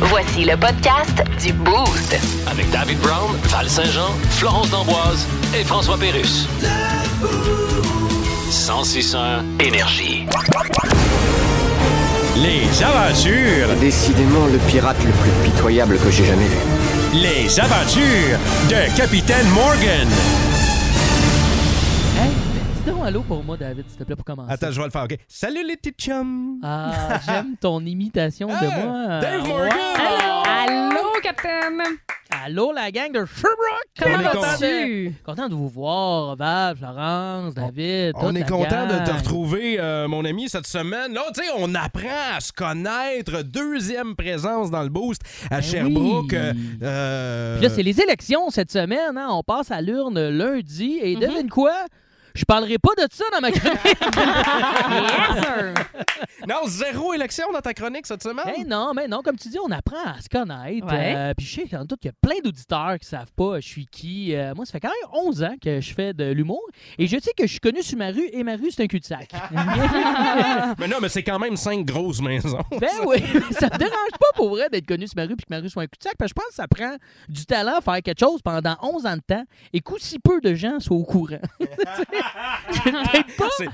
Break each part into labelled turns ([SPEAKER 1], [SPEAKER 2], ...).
[SPEAKER 1] Voici le podcast du Boost.
[SPEAKER 2] Avec David Brown, Val Saint-Jean, Florence D'Amboise et François Pérus. 1061 énergie.
[SPEAKER 3] Les aventures,
[SPEAKER 4] Décidément le pirate le plus pitoyable que j'ai jamais vu.
[SPEAKER 3] les aventures de Capitaine Morgan.
[SPEAKER 5] Hey, dis donc allô pour moi, David, s'il te plaît, pour commencer.
[SPEAKER 6] Attends, je vais le faire, OK? Salut les petits chums!
[SPEAKER 5] Ah, j'aime ton imitation de moi.
[SPEAKER 6] Dave
[SPEAKER 5] Ouais.
[SPEAKER 6] Morgan!
[SPEAKER 7] Allô, capitaine!
[SPEAKER 5] Allô, la gang de Sherbrooke!
[SPEAKER 7] Comment
[SPEAKER 6] est content.
[SPEAKER 7] vas-tu?
[SPEAKER 5] Content de vous voir, Val, Florence, David.
[SPEAKER 6] On
[SPEAKER 5] toute
[SPEAKER 6] est
[SPEAKER 5] la
[SPEAKER 6] content de te
[SPEAKER 5] gang.
[SPEAKER 6] retrouver, euh, mon ami, cette semaine. Là, tu sais, on apprend à se connaître. Deuxième présence dans le boost à
[SPEAKER 5] Ben
[SPEAKER 6] Sherbrooke.
[SPEAKER 5] oui.
[SPEAKER 6] Euh, euh,
[SPEAKER 5] Puis là, c'est les élections cette semaine. hein. On passe à l'urne lundi. Et
[SPEAKER 7] Mhm.
[SPEAKER 5] devine quoi? Je parlerai pas de ça dans ma chronique.
[SPEAKER 7] Yes, sir!
[SPEAKER 6] Non, zéro élection dans ta chronique cette semaine?
[SPEAKER 5] Eh non, mais non, comme tu dis, on apprend à se connaître.
[SPEAKER 7] Ouais.
[SPEAKER 5] Euh, puis je sais sans doute qu'il y a plein d'auditeurs qui savent pas je suis qui. Euh, moi, ça fait quand même 11 ans que je fais de l'humour. Et je sais que je suis connu sur ma rue et ma rue, c'est un cul-de-sac.
[SPEAKER 6] Mais non, mais c'est quand même cinq grosses maisons.
[SPEAKER 5] ben oui, ça me dérange pas pour vrai d'être connu sur ma rue puis que ma rue soit un cul-de-sac. Parce que je pense que ça prend du talent à faire quelque chose pendant 11 ans de temps et qu'aussi peu de gens soient au courant. Tu sais, c'est peut-être pas
[SPEAKER 6] C'est-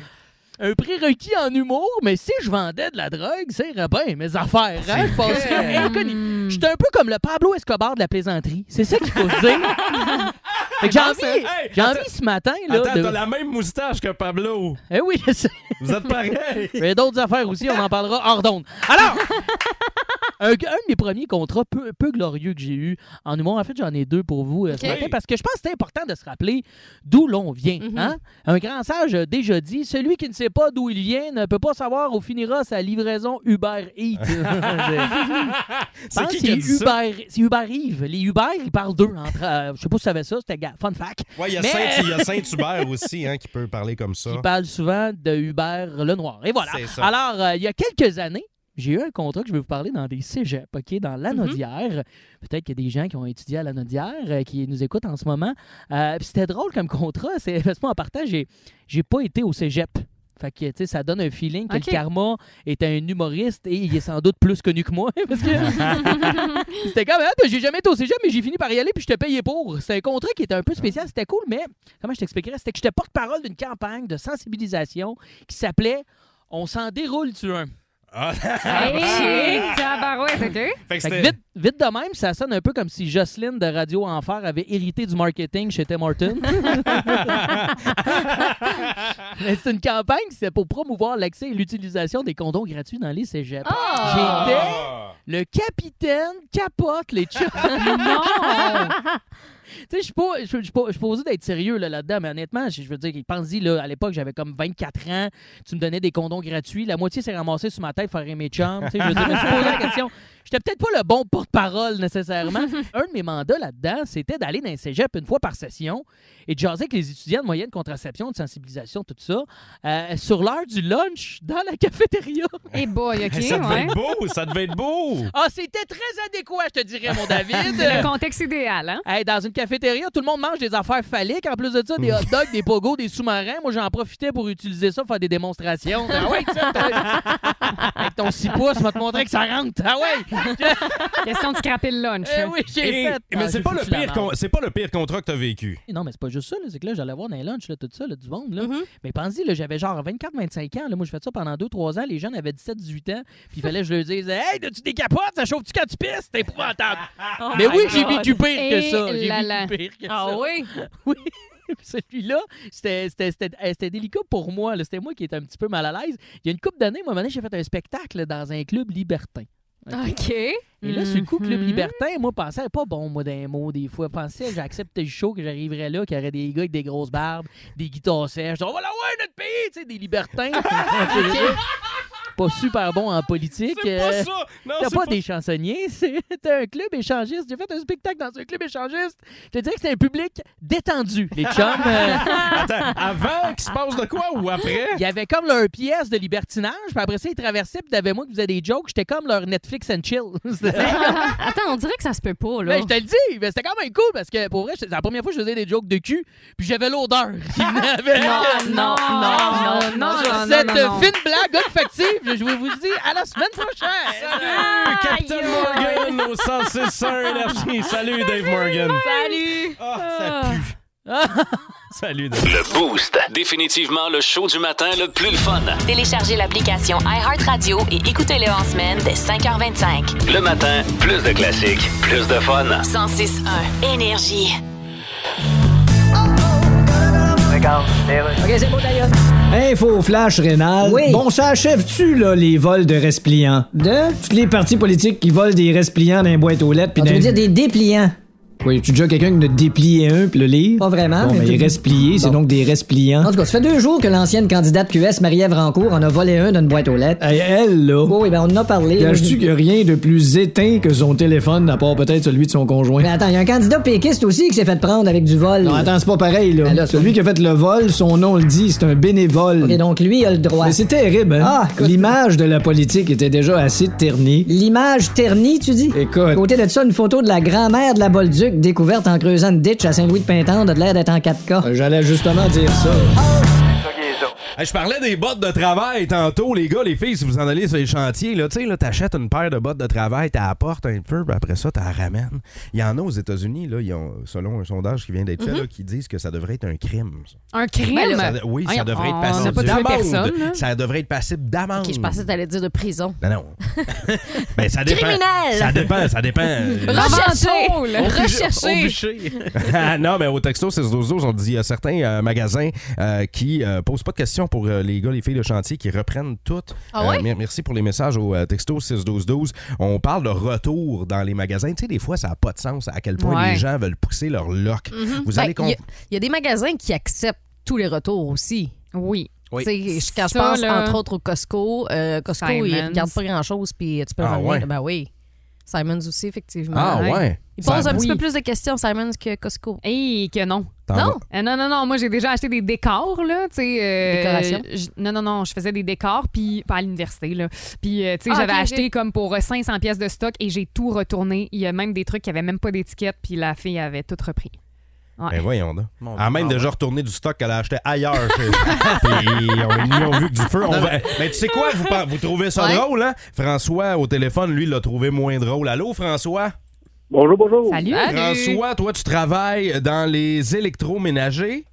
[SPEAKER 5] un prérequis en humour, mais si je vendais de la drogue, c'est bien mes affaires. hein. Je passerais inconnu. Je suis un peu comme le Pablo Escobar de la plaisanterie. C'est ça qu'il faut se dire. Fait que J'ai envie,
[SPEAKER 6] Hey,
[SPEAKER 5] j'ai
[SPEAKER 6] attends-
[SPEAKER 5] envie ce matin là.
[SPEAKER 6] Attends,
[SPEAKER 5] de-
[SPEAKER 6] t'as la même moustache que Pablo.
[SPEAKER 5] Eh oui, je sais.
[SPEAKER 6] Vous êtes pareil.
[SPEAKER 5] Il y a d'autres affaires aussi, on en parlera hors d'onde. Alors, un, un de mes premiers contrats peu, peu glorieux que j'ai eu en humour, en fait, j'en ai deux pour vous euh, ce
[SPEAKER 7] Ok.
[SPEAKER 5] matin, parce que je pense que c'est important de se rappeler d'où l'on vient. hein? Un grand sage a déjà dit celui qui ne sait pas d'où il vient ne peut pas savoir où finira sa livraison Uber Eats. Je
[SPEAKER 6] C'est
[SPEAKER 5] pense
[SPEAKER 6] qui
[SPEAKER 5] que
[SPEAKER 6] qui a dit ça?
[SPEAKER 5] Uber, c'est Uber Yves. Les Uber, ils parlent d'eux. Entre, euh, je sais pas si tu savais ça, c'était ga- fun fact.
[SPEAKER 6] Ouais, il y a
[SPEAKER 5] Mais-
[SPEAKER 6] Saint- il y a Saint-Hubert aussi hein, qui peut parler comme ça.
[SPEAKER 5] qui parle souvent de Hubert Lenoir. Et voilà.
[SPEAKER 6] C'est ça.
[SPEAKER 5] Alors, euh, il y a quelques années, j'ai eu un contrat que je vais vous parler dans des cégeps, OK, dans l'Anodière. Peut-être qu'il y a des gens qui ont étudié à l'Anodière euh, qui nous écoutent en ce moment. Euh, puis C'était drôle comme contrat. C'est parce que moi, en partant, j'ai j'ai pas été au cégep. Fait que, tu sais, ça donne un feeling que
[SPEAKER 7] OK.
[SPEAKER 5] le karma est un humoriste et il est sans doute plus connu que moi. Parce que c'était comme, ah, ben, j'ai jamais été au cégep, mais j'ai fini par y aller puis je te payais pour. C'était un contrat qui était un peu spécial, c'était cool, mais comment je t'expliquerais? C'était que j'étais porte-parole d'une campagne de sensibilisation qui s'appelait On s'en déroule tu un.
[SPEAKER 6] Ah,
[SPEAKER 7] Hey, tabarouette, OK?
[SPEAKER 6] fait que
[SPEAKER 5] Fait que
[SPEAKER 6] c'était-
[SPEAKER 5] vite, vite de même, ça sonne un peu comme si Jocelyne de Radio Enfer avait hérité du marketing chez Tim Horton. Mais c'est une campagne, c'est pour promouvoir l'accès et l'utilisation des condoms gratuits dans les cégeps. J'étais
[SPEAKER 6] Ah!
[SPEAKER 5] le capitaine capote les chums. Tu sais, je suis pas- je- je suis pas- je suis pas osé d'être sérieux là, là-dedans, mais honnêtement, je je veux dire, pense-y, là, à l'époque, j'avais comme 24 ans, tu me donnais des condoms gratuits, la moitié s'est ramassée sur ma tête, faire mes chums. Tu sais, je veux dire, je me suis posé la question. J'étais peut-être pas le bon porte-parole nécessairement. Un de mes mandats là-dedans, c'était d'aller dans un cégep une fois par session et de jaser avec les étudiants de moyenne contraception, de sensibilisation, tout ça, euh, sur l'heure du lunch dans la cafétéria.
[SPEAKER 7] Et boy, OK,
[SPEAKER 6] ça devait
[SPEAKER 7] ouais.
[SPEAKER 6] être beau, ça devait être beau.
[SPEAKER 5] Ah, c'était très adéquat, je te dirais, mon David.
[SPEAKER 7] Le contexte idéal, hein?
[SPEAKER 5] Hey, dans une cafétéria, tout le monde mange des affaires phalliques. En plus de ça, des hot dogs, des pogos, des sous-marins. Moi, j'en profitais pour utiliser ça, pour faire des démonstrations. Ah ouais, ça, t'as- Avec ton 6 pouces, je vais te montrer que ça rentre. Ah ouais!
[SPEAKER 7] Question de scraper le lunch.
[SPEAKER 5] Eh oui, j'ai
[SPEAKER 6] Et-
[SPEAKER 5] fait.
[SPEAKER 6] mais
[SPEAKER 5] Ah,
[SPEAKER 6] c'est
[SPEAKER 5] j'ai
[SPEAKER 6] pas, le
[SPEAKER 5] foutu la
[SPEAKER 6] pire
[SPEAKER 5] merde.
[SPEAKER 6] con- c'est pas le pire contrat que t'as vécu.
[SPEAKER 5] Non, mais c'est pas juste ça. là. C'est que là, j'allais voir dans les lunchs, là, tout ça, là, du monde. Là.
[SPEAKER 7] Mm-hmm.
[SPEAKER 5] Mais pensez, là, j'avais genre 24-25 ans. Là. Moi, je fais ça pendant 2-3 ans. Les jeunes avaient 17-18 ans. Puis il fallait que je leur dise Hey, tu des capotes Ça chauffe-tu quand tu pisses C'est épouvantable.
[SPEAKER 7] Oh
[SPEAKER 5] mais oui, j'ai vécu pire que
[SPEAKER 7] Eh
[SPEAKER 5] ça. J'ai
[SPEAKER 7] là là.
[SPEAKER 5] vécu pire que ça.
[SPEAKER 7] Ah oui?
[SPEAKER 5] Oui. Celui-là, c'était c'était- c'était- euh, c'était délicat pour moi. là. C'était moi qui étais un petit peu mal à l'aise. Il y a une couple d'années, moi, un moment donné, j'ai fait un spectacle dans un club libertin.
[SPEAKER 7] OK.
[SPEAKER 5] Et là, sur le coup, club
[SPEAKER 7] Mhm.
[SPEAKER 5] libertin, moi, pensais pas bon, moi, d'un mot, des fois. Je pensais, j'acceptais le show, que j'arriverais là, qu'il y aurait des gars avec des Oh, grosses Ah barbes, des guitares sèches. On va la voir, notre pays, tu sais, des libertins. Ah, pas super bon en politique.
[SPEAKER 6] Ah, C'est pas
[SPEAKER 5] euh,
[SPEAKER 6] ça! Non,
[SPEAKER 5] T'as
[SPEAKER 6] c'est
[SPEAKER 5] pas, des chansonniers, c'est t'as un club échangiste. J'ai fait un spectacle dans un club échangiste. Je te dirais que c'est un public détendu, les chums. Euh,
[SPEAKER 6] Attends, avant qu'il se passe de quoi ou après?
[SPEAKER 5] Il y avait comme leur pièce de libertinage, puis après ça, ils traversaient, puis t'avais moi qui faisais des jokes. J'étais comme leur Netflix and chill. C'était-
[SPEAKER 7] Ben, Attends, on dirait que ça se peut pas, là.
[SPEAKER 5] Ben, je te le dis, mais c'était quand même cool parce que pour vrai, c'est la première fois que je faisais des jokes de cul, puis j'avais l'odeur qui venait
[SPEAKER 7] Non,
[SPEAKER 5] avec.
[SPEAKER 7] non, non, non, non,
[SPEAKER 5] Sur
[SPEAKER 7] non,
[SPEAKER 5] cette
[SPEAKER 7] non, non, non.
[SPEAKER 5] fine blague olfactive, je vais vous dire à la semaine prochaine.
[SPEAKER 6] Salut, Captain Morgan au 106.1 Énergie. Salut, Dave Morgan. Ah,
[SPEAKER 7] Salut!
[SPEAKER 6] Ça pue.
[SPEAKER 5] Ah.
[SPEAKER 6] Salut, Dave.
[SPEAKER 2] Le Boost. Définitivement le show du matin le plus le fun.
[SPEAKER 1] Téléchargez l'application iHeartRadio et écoutez-le en semaine dès 5h25.
[SPEAKER 2] Le matin, plus de classiques, plus de fun.
[SPEAKER 1] 106.1 Énergie.
[SPEAKER 8] Info flash rénal.
[SPEAKER 9] Oui.
[SPEAKER 8] Bon, ça achève-tu, là, les vols de respliants?
[SPEAKER 9] De?
[SPEAKER 8] Toutes les partis politiques qui volent des respliants dans les boîtes aux lettres. puis
[SPEAKER 9] Ah, tu
[SPEAKER 8] dans-
[SPEAKER 9] veux dire des dépliants?
[SPEAKER 8] Oui, tu déjà quelqu'un qui ne dépliait un puis le livre?
[SPEAKER 9] Pas vraiment,
[SPEAKER 8] Bon, ben,
[SPEAKER 9] mais
[SPEAKER 8] mais
[SPEAKER 9] tout-
[SPEAKER 8] les respliés, c'est
[SPEAKER 9] Bon.
[SPEAKER 8] donc des respliants.
[SPEAKER 9] En tout cas, ça fait deux jours que l'ancienne candidate QS, Marie-Ève Rancourt, en a volé un d'une boîte aux lettres.
[SPEAKER 8] Hey, elle, là,
[SPEAKER 9] Oh, oui, ben on en a parlé.
[SPEAKER 8] gage-tu qu'il n'y a rien de plus éteint que son téléphone, à part peut-être celui de son conjoint?
[SPEAKER 9] Mais attends, il y a un candidat péquiste aussi qui s'est fait prendre avec du vol.
[SPEAKER 8] Non, attends, c'est pas pareil, là.
[SPEAKER 9] Ben là, c'est-
[SPEAKER 8] Celui qui a fait le vol, son nom le dit, c'est un bénévole.
[SPEAKER 9] Et donc lui, il a le droit.
[SPEAKER 8] Mais c'est terrible, hein?
[SPEAKER 9] Ah, écoute-
[SPEAKER 8] L'image de la politique était déjà assez ternie.
[SPEAKER 9] L'image ternie, tu dis? À
[SPEAKER 8] Écoute,
[SPEAKER 9] Côté de ça, une photo de la grand-mère de la Bolduc découverte en creusant une ditch à Saint-Louis-de-Pintendre de l'air d'être en 4K.
[SPEAKER 8] euh, j'allais justement dire ça.
[SPEAKER 6] Hey, je parlais des bottes de travail tantôt, les gars, les filles, si vous en allez sur les chantiers, là, tu sais, là, t'achètes une paire de bottes de travail, t'as apportes un peu, puis après ça, t'as la ramènes. Il y en a aux États-Unis, là, ils ont, selon un sondage qui vient d'être fait, là, qui disent que ça devrait être un crime.
[SPEAKER 7] Mhm.
[SPEAKER 6] ça. Ben
[SPEAKER 7] Un crime?
[SPEAKER 6] Ça de- oui, ça
[SPEAKER 7] Voyons,
[SPEAKER 6] devrait être
[SPEAKER 7] on
[SPEAKER 6] passible
[SPEAKER 7] n'a pas tué
[SPEAKER 6] d'amende.
[SPEAKER 7] personne, là.
[SPEAKER 6] Ça devrait être passible d'amende.
[SPEAKER 10] Ok, je pensais que t'allais dire de prison.
[SPEAKER 6] Ben non. ben, ça dépend.
[SPEAKER 10] Criminel!
[SPEAKER 6] Ça dépend, ça dépend. Euh,
[SPEAKER 7] Recherché!
[SPEAKER 6] au bûcher- au
[SPEAKER 7] Recherché!
[SPEAKER 6] bûcher.
[SPEAKER 10] Euh,
[SPEAKER 6] Ah, non, mais au texto 612 on dit il y a certains euh, magasins euh, qui euh, posent pas de questions pour euh, les gars, les filles de chantier, qui reprennent toutes.
[SPEAKER 7] Ah
[SPEAKER 6] Euh,
[SPEAKER 7] ouais?
[SPEAKER 6] mer- merci pour les messages au euh, texto 612 On parle de retour dans les magasins. Tu sais, des fois, ça n'a pas de sens à quel point
[SPEAKER 7] Ouais.
[SPEAKER 6] les gens veulent pousser leur loc. Vous
[SPEAKER 7] Mhm.
[SPEAKER 10] Ben,
[SPEAKER 6] allez
[SPEAKER 10] Il y,
[SPEAKER 6] comprendre.
[SPEAKER 10] a- il y a des magasins qui acceptent tous les retours aussi.
[SPEAKER 7] Oui.
[SPEAKER 6] Oui.
[SPEAKER 10] Tu sais, Quand je
[SPEAKER 7] Ça,
[SPEAKER 10] pense,
[SPEAKER 7] là.
[SPEAKER 10] entre autres, au Costco, euh, Costco, ils
[SPEAKER 7] Simons.
[SPEAKER 10] ne regardent pas grand-chose, puis tu peux
[SPEAKER 6] Ah
[SPEAKER 10] revenir.
[SPEAKER 6] ouais.
[SPEAKER 10] Ben oui. Simons aussi, effectivement.
[SPEAKER 6] Ah ouais.
[SPEAKER 10] Ils posent
[SPEAKER 6] Ça-
[SPEAKER 10] un petit
[SPEAKER 6] oui.
[SPEAKER 10] peu plus de questions, Simons, que Costco.
[SPEAKER 7] Et que non.
[SPEAKER 6] T'en
[SPEAKER 10] Non?
[SPEAKER 6] vas-
[SPEAKER 7] Euh, non, non, non, moi j'ai déjà acheté des décors, là, tu sais. euh,
[SPEAKER 10] Décoration?
[SPEAKER 7] je- non, non, non, je faisais des décors, puis pas à l'université, là. Puis, euh, tu sais,
[SPEAKER 10] Ah,
[SPEAKER 7] j'avais
[SPEAKER 10] ok, ok.
[SPEAKER 7] acheté comme pour euh, 500 pièces de stock et j'ai tout retourné. Il y a même des trucs qui avaient même pas d'étiquette, puis la fille avait tout repris. Ouais.
[SPEAKER 6] Ben voyons donc. Ah, même déjà retourné du stock qu'elle a acheté ailleurs. chez- Puis on- ils ont vu que du feu. on va- Mais tu sais quoi, vous, par- vous trouvez ça
[SPEAKER 10] Ouais.
[SPEAKER 6] drôle, hein? François, au téléphone, lui, l'a trouvé moins drôle. Allô, François?
[SPEAKER 11] Bonjour, bonjour.
[SPEAKER 7] Salut!
[SPEAKER 6] François, toi, tu travailles dans les électroménagers.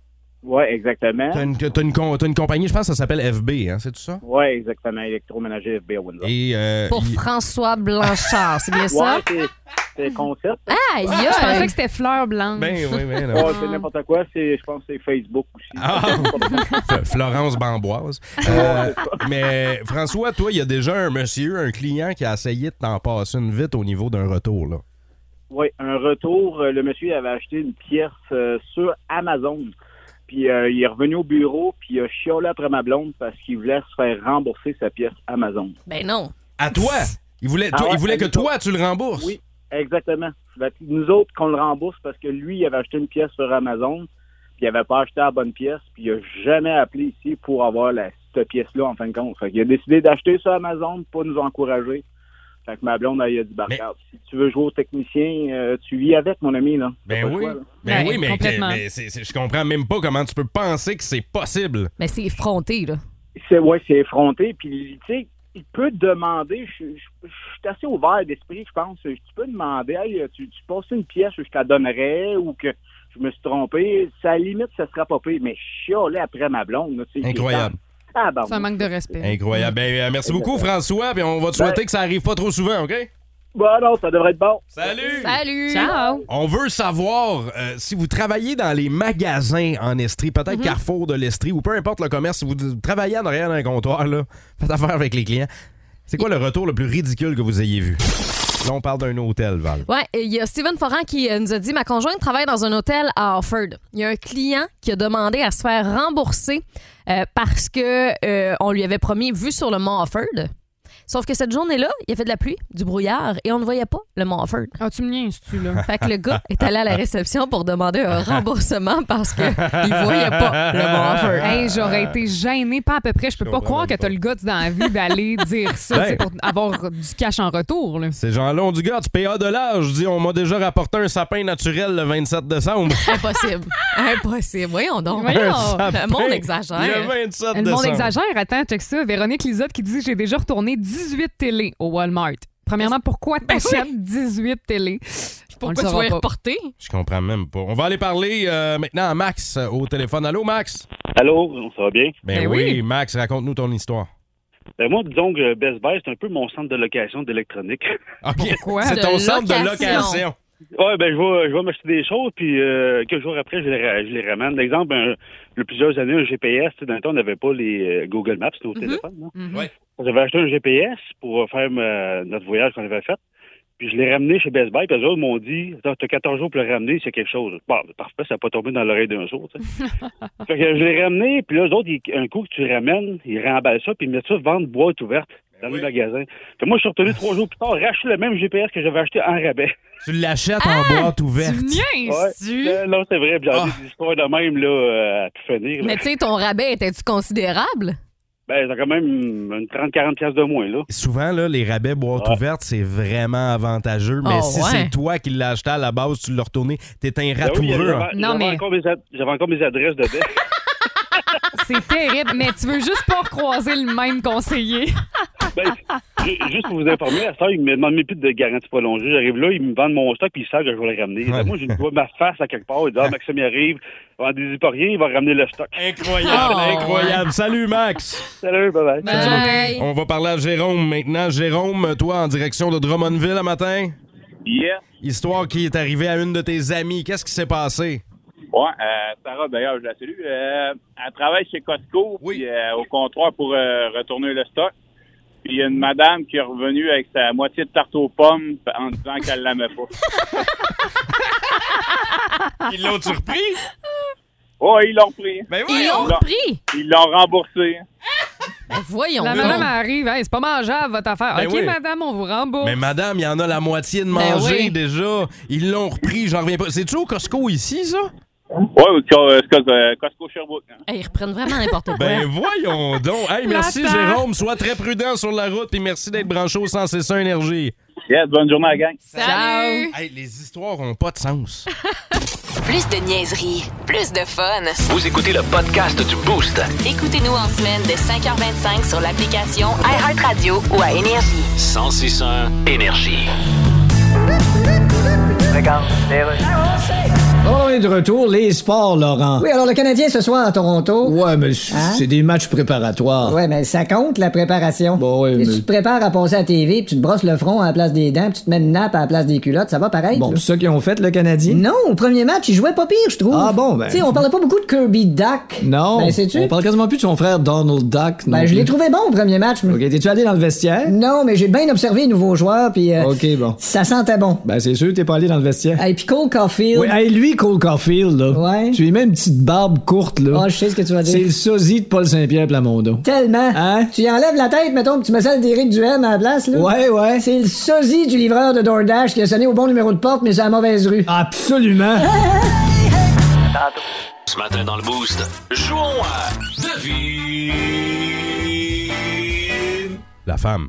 [SPEAKER 11] Ouais, exactement.
[SPEAKER 6] T'as une, t'as une com- t'as une compagnie, je pense que ça s'appelle FB, hein, c'est tout ça?
[SPEAKER 11] Ouais, exactement. Électroménager FB à Windsor.
[SPEAKER 6] Et, euh,
[SPEAKER 10] Pour
[SPEAKER 6] il-
[SPEAKER 10] François Blanchard, c'est bien ça?
[SPEAKER 11] Ouais, c'est- c'est concept.
[SPEAKER 7] Hein?
[SPEAKER 10] Aïe,
[SPEAKER 7] Je pensais
[SPEAKER 10] aïe.
[SPEAKER 7] que c'était Fleur Blanche.
[SPEAKER 6] Ben oui, ben non.
[SPEAKER 11] Ouais, c'est n'importe quoi. C'est, je pense que c'est Facebook aussi.
[SPEAKER 6] Ah. F- Florence Bamboise. Euh, mais François, toi, il y a déjà un monsieur, un client qui a essayé de t'en passer une vite au niveau d'un retour, là.
[SPEAKER 11] Oui, un retour, euh, le monsieur avait acheté une pièce euh, sur Amazon. Puis euh, il est revenu au bureau, puis il a chiolé après ma blonde parce qu'il voulait se faire rembourser sa pièce Amazon.
[SPEAKER 10] Ben non.
[SPEAKER 6] À toi! Il voulait,
[SPEAKER 11] Ah
[SPEAKER 6] toi-
[SPEAKER 11] ouais,
[SPEAKER 6] il voulait que
[SPEAKER 11] salut, toi.
[SPEAKER 6] toi, tu le rembourses.
[SPEAKER 11] Oui, exactement. Fait que Nous autres, qu'on le rembourse parce que lui, il avait acheté une pièce sur Amazon, puis il avait pas acheté la bonne pièce, puis il a jamais appelé ici pour avoir la, cette pièce-là en fin de compte. Fait il a décidé d'acheter sur Amazon pour nous encourager. Fait que ma blonde, elle, il a dit, bah,
[SPEAKER 6] Mais-
[SPEAKER 11] regarde, si tu veux jouer au technicien, euh, tu vis avec, mon ami, là. T'as
[SPEAKER 6] Ben
[SPEAKER 11] pas le
[SPEAKER 6] oui.
[SPEAKER 11] choix, là.
[SPEAKER 6] Ben
[SPEAKER 7] Ouais,
[SPEAKER 6] oui, mais,
[SPEAKER 7] complètement.
[SPEAKER 6] mais c'est- c'est- je comprends même pas comment tu peux penser que c'est possible.
[SPEAKER 10] Mais c'est effronté, là.
[SPEAKER 11] C'est ouais, c'est effronté. Puis tu sais, il peut demander. Je je- je suis assez ouvert d'esprit, je pense. Tu peux demander, hey, tu, tu passes une pièce, je te la donnerais ou que je me suis trompé. Ça à la limite, ça sera pas pire. Mais chialer après ma blonde, là, tu sais,
[SPEAKER 6] Incroyable.
[SPEAKER 11] qui est dans- Ah, bon.
[SPEAKER 7] C'est un manque de respect.
[SPEAKER 6] Incroyable. Ben, euh, merci beaucoup, François, puis on va te souhaiter que ça arrive pas trop souvent, OK?
[SPEAKER 11] Bon, Ben non, ça devrait être bon.
[SPEAKER 6] Salut!
[SPEAKER 10] Salut!
[SPEAKER 7] Ciao!
[SPEAKER 6] On veut savoir euh, si vous travaillez dans les magasins en Estrie, peut-être
[SPEAKER 11] Mm-hmm.
[SPEAKER 6] Carrefour de l'Estrie ou peu importe le commerce, si vous d- travaillez en arrière d'un comptoir, là, faites affaire avec les clients. C'est quoi le retour le plus ridicule que vous ayez vu? Là, on parle d'un hôtel, Val.
[SPEAKER 10] Ouais, et il y a Steven Foran qui euh, nous a dit Ma conjointe travaille dans un hôtel à Harford. Il y a un client qui a demandé à se faire rembourser euh, parce que euh, on lui avait promis vue sur le mont Harford. Sauf que cette journée-là, il y avait de la pluie, du brouillard et on ne voyait pas le mont Offord.
[SPEAKER 7] Ah, tu me tu
[SPEAKER 10] là. Fait que le gars est allé à la réception pour demander un remboursement parce que il voyait pas le mont Offord.
[SPEAKER 7] Hey,
[SPEAKER 6] Euh,
[SPEAKER 7] j'aurais été gênée, pas à peu près. Je peux
[SPEAKER 6] Je
[SPEAKER 7] pas
[SPEAKER 6] comprends
[SPEAKER 7] croire que
[SPEAKER 6] même
[SPEAKER 7] t'as le guts dans la vie d'aller dire ça
[SPEAKER 6] Ben.
[SPEAKER 7] tu sais, pour avoir du cash en retour. Là.
[SPEAKER 6] Ces gens-là ont du gars, tu PA de l'âge. Je dis, on m'a déjà rapporté un sapin naturel le 27 décembre.
[SPEAKER 10] Impossible. Impossible. Voyons donc. Euh,
[SPEAKER 7] Voyons.
[SPEAKER 10] le monde exagère.
[SPEAKER 7] Le monde
[SPEAKER 6] décembre.
[SPEAKER 7] exagère. Attends, check ça. Véronique Lisotte qui dit J'ai déjà retourné 18 télés au Walmart. Premièrement, pourquoi t'achètes 18 télés
[SPEAKER 10] Ben Pourquoi tu vas y reporter?
[SPEAKER 6] Je comprends même pas. On va aller parler euh, maintenant à Max euh, au téléphone. Allô, Max?
[SPEAKER 12] Allô, ça va bien?
[SPEAKER 6] Ben,
[SPEAKER 12] Ben
[SPEAKER 6] oui,
[SPEAKER 12] oui.
[SPEAKER 6] Max, raconte-nous ton histoire.
[SPEAKER 12] Ben, moi, disons que Best Buy, c'est un peu mon centre de location d'électronique.
[SPEAKER 6] Pourquoi? C'est ton De centre de location. location.
[SPEAKER 12] Ouais, ben, je vais, je vais m'acheter des choses, puis euh, quelques jours après, je les, ra- je les ramène. D'exemple, un- il y a plusieurs années, un GPS, tu sais, dans le temps, on n'avait pas les euh, Google Maps
[SPEAKER 6] Mhm.
[SPEAKER 12] sur nos téléphones. non? J'avais acheté un GPS pour faire ma- notre voyage qu'on avait fait. Puis je l'ai ramené chez Best Buy, puis eux autres m'ont dit Attends, T'as 14 jours pour le ramener, c'est quelque chose. Bon, parfait, ça n'a pas tombé dans l'oreille d'un jour. tu sais. fait que je l'ai ramené, puis là, eux autres, ils- un coup que tu le ramènes, ils remballent ça, puis ils mettent ça vendre boîte ouverte dans le magasin. Fait que moi, je suis retourné trois jours plus tard, racheter le même GPS que j'avais acheté en rabais.
[SPEAKER 6] Tu l'achètes
[SPEAKER 10] Ah,
[SPEAKER 6] en boîte ouverte. Ah.
[SPEAKER 12] Ouais. Euh, Non, c'est vrai, puis j'en ai des histoires de même, là, euh, à tout finir. là.
[SPEAKER 10] Mais tu sais, ton rabais était-tu considérable?
[SPEAKER 12] Ben, c'est quand même une 30-40$ piastres de moins, Ben là.
[SPEAKER 6] Souvent, là, les rabais boîte ouverte, c'est vraiment avantageux. Mais
[SPEAKER 12] Oh,
[SPEAKER 6] si
[SPEAKER 12] ouais.
[SPEAKER 6] c'est toi qui l'as acheté à la base, tu l'as retourné, t'es un
[SPEAKER 12] Ben oui,
[SPEAKER 6] ratoureux.
[SPEAKER 12] j'avais-
[SPEAKER 6] hein.
[SPEAKER 7] Non,
[SPEAKER 12] j'avais
[SPEAKER 7] mais-
[SPEAKER 12] encore mes ad- J'avais encore mes adresses de dette.
[SPEAKER 7] C'est terrible, mais tu veux juste pas recroiser le même conseiller.
[SPEAKER 12] Ben, ju- juste pour vous informer, à ça, ils me demandent mes plus de garantie prolongée. J'arrive là, ils me vendent mon stock, puis ils savent que je vais le ramener. Ben, moi, je vois ma face à quelque part. Ils disent, ah, Maxime, il arrive, il va en pas rien, il va ramener le stock. Ah,
[SPEAKER 6] Incroyable, Ah,
[SPEAKER 10] Oh.
[SPEAKER 6] incroyable. Salut, Max.
[SPEAKER 12] Salut, bye-bye.
[SPEAKER 6] Salut. On va parler à Jérôme maintenant. Jérôme, toi, en direction de Drummondville un matin?
[SPEAKER 13] Yeah.
[SPEAKER 6] Histoire qui est arrivée à une de tes amies. Qu'est-ce qui s'est passé?
[SPEAKER 13] Ouais, euh, Sarah, d'ailleurs, je la salue. Euh, elle travaille chez Costco, puis euh, au comptoir pour euh, retourner le stock. Puis il y a une madame qui est revenue avec sa moitié de tarte aux pommes en disant qu'elle l'aimait pas.
[SPEAKER 6] Ils l'ont-tu repris?
[SPEAKER 13] Ouais, ils l'ont repris.
[SPEAKER 7] Ils l'ont
[SPEAKER 10] repris?
[SPEAKER 13] Ils l'ont remboursé.
[SPEAKER 10] voyons.
[SPEAKER 7] La
[SPEAKER 6] donc.
[SPEAKER 7] madame arrive, Hey, c'est pas mangeable votre affaire.
[SPEAKER 6] Ben
[SPEAKER 7] OK,
[SPEAKER 6] oui.
[SPEAKER 7] madame, on vous rembourse.
[SPEAKER 6] Mais madame, il y en a la moitié de
[SPEAKER 7] Ben
[SPEAKER 6] manger
[SPEAKER 7] oui.
[SPEAKER 6] déjà. Ils l'ont repris, j'en reviens pas. C'est-tu au Costco ici, ça?
[SPEAKER 13] Ouais, au Co- euh, Costco, euh, Costco Sherbrooke.
[SPEAKER 10] Hey, ils reprennent vraiment n'importe quoi.
[SPEAKER 6] Ben voyons donc. Hey, merci
[SPEAKER 13] La tarte.
[SPEAKER 6] Jérôme. Sois très prudent sur la route et merci d'être branché au 161 Énergie.
[SPEAKER 13] Yes, bonne journée à la gang.
[SPEAKER 14] Euh,
[SPEAKER 1] Salut.
[SPEAKER 6] Hey, les histoires ont pas de sens.
[SPEAKER 1] Plus de niaiserie, plus de fun.
[SPEAKER 2] Vous écoutez le podcast du Boost.
[SPEAKER 1] Écoutez-nous en semaine de 5h25 sur l'application iHeartRadio ou à Énergie.
[SPEAKER 2] 1061 Énergie.
[SPEAKER 8] Bon, on est de retour, les sports, Laurent.
[SPEAKER 9] Oui, alors le Canadien ce soir à Toronto.
[SPEAKER 8] Ouais, mais c-
[SPEAKER 9] Hein?
[SPEAKER 8] c'est des matchs préparatoires.
[SPEAKER 9] Ouais, mais ça compte la préparation.
[SPEAKER 8] Bon, Ah. Bah ouais,
[SPEAKER 9] Si
[SPEAKER 8] mais-
[SPEAKER 9] tu te prépares à passer à la TV, puis tu te brosses le front à la place des dents, puis tu te mets une nappe à la place des culottes, ça va pareil.
[SPEAKER 8] Bon, c'est ça qu'ils ont fait, le Canadien?
[SPEAKER 9] Non, au premier match, il jouait pas pire, je trouve.
[SPEAKER 8] Ah bon, ben-
[SPEAKER 9] Tu sais, on parlait pas beaucoup de Kirby Duck.
[SPEAKER 8] Non.
[SPEAKER 9] Ben, sais-tu?
[SPEAKER 8] On parle quasiment plus de son frère Donald Duck. non
[SPEAKER 9] Ben, je l'ai
[SPEAKER 8] plus.
[SPEAKER 9] trouvé bon au premier match. mais-
[SPEAKER 8] OK, t'es-tu allé dans le vestiaire?
[SPEAKER 9] Non, mais j'ai bien observé les nouveaux joueurs, puis euh,
[SPEAKER 8] OK, bon.
[SPEAKER 9] ça sentait bon.
[SPEAKER 8] Ben, c'est sûr que t'es pas allé dans le vestiaire.
[SPEAKER 9] Et puis Cole Caulfield.
[SPEAKER 8] Oui, hey, lui, Cole Caulfield, là. Tu lui mets une petite barbe courte, là.
[SPEAKER 9] Ah, je sais ce que tu vas dire.
[SPEAKER 8] C'est le sosie de Paul Saint-Pierre Plamondon.
[SPEAKER 9] Tellement.
[SPEAKER 8] Hein?
[SPEAKER 9] Tu y enlèves la tête, mettons, puis tu mets celle d'Éric Duhem à la place, là.
[SPEAKER 8] Ouais, ouais.
[SPEAKER 9] C'est le sosie du livreur de DoorDash qui a sonné au bon numéro de porte, mais c'est à la mauvaise rue.
[SPEAKER 8] Absolument.
[SPEAKER 2] Ce matin dans le Boost, jouons à Devine.
[SPEAKER 6] La femme.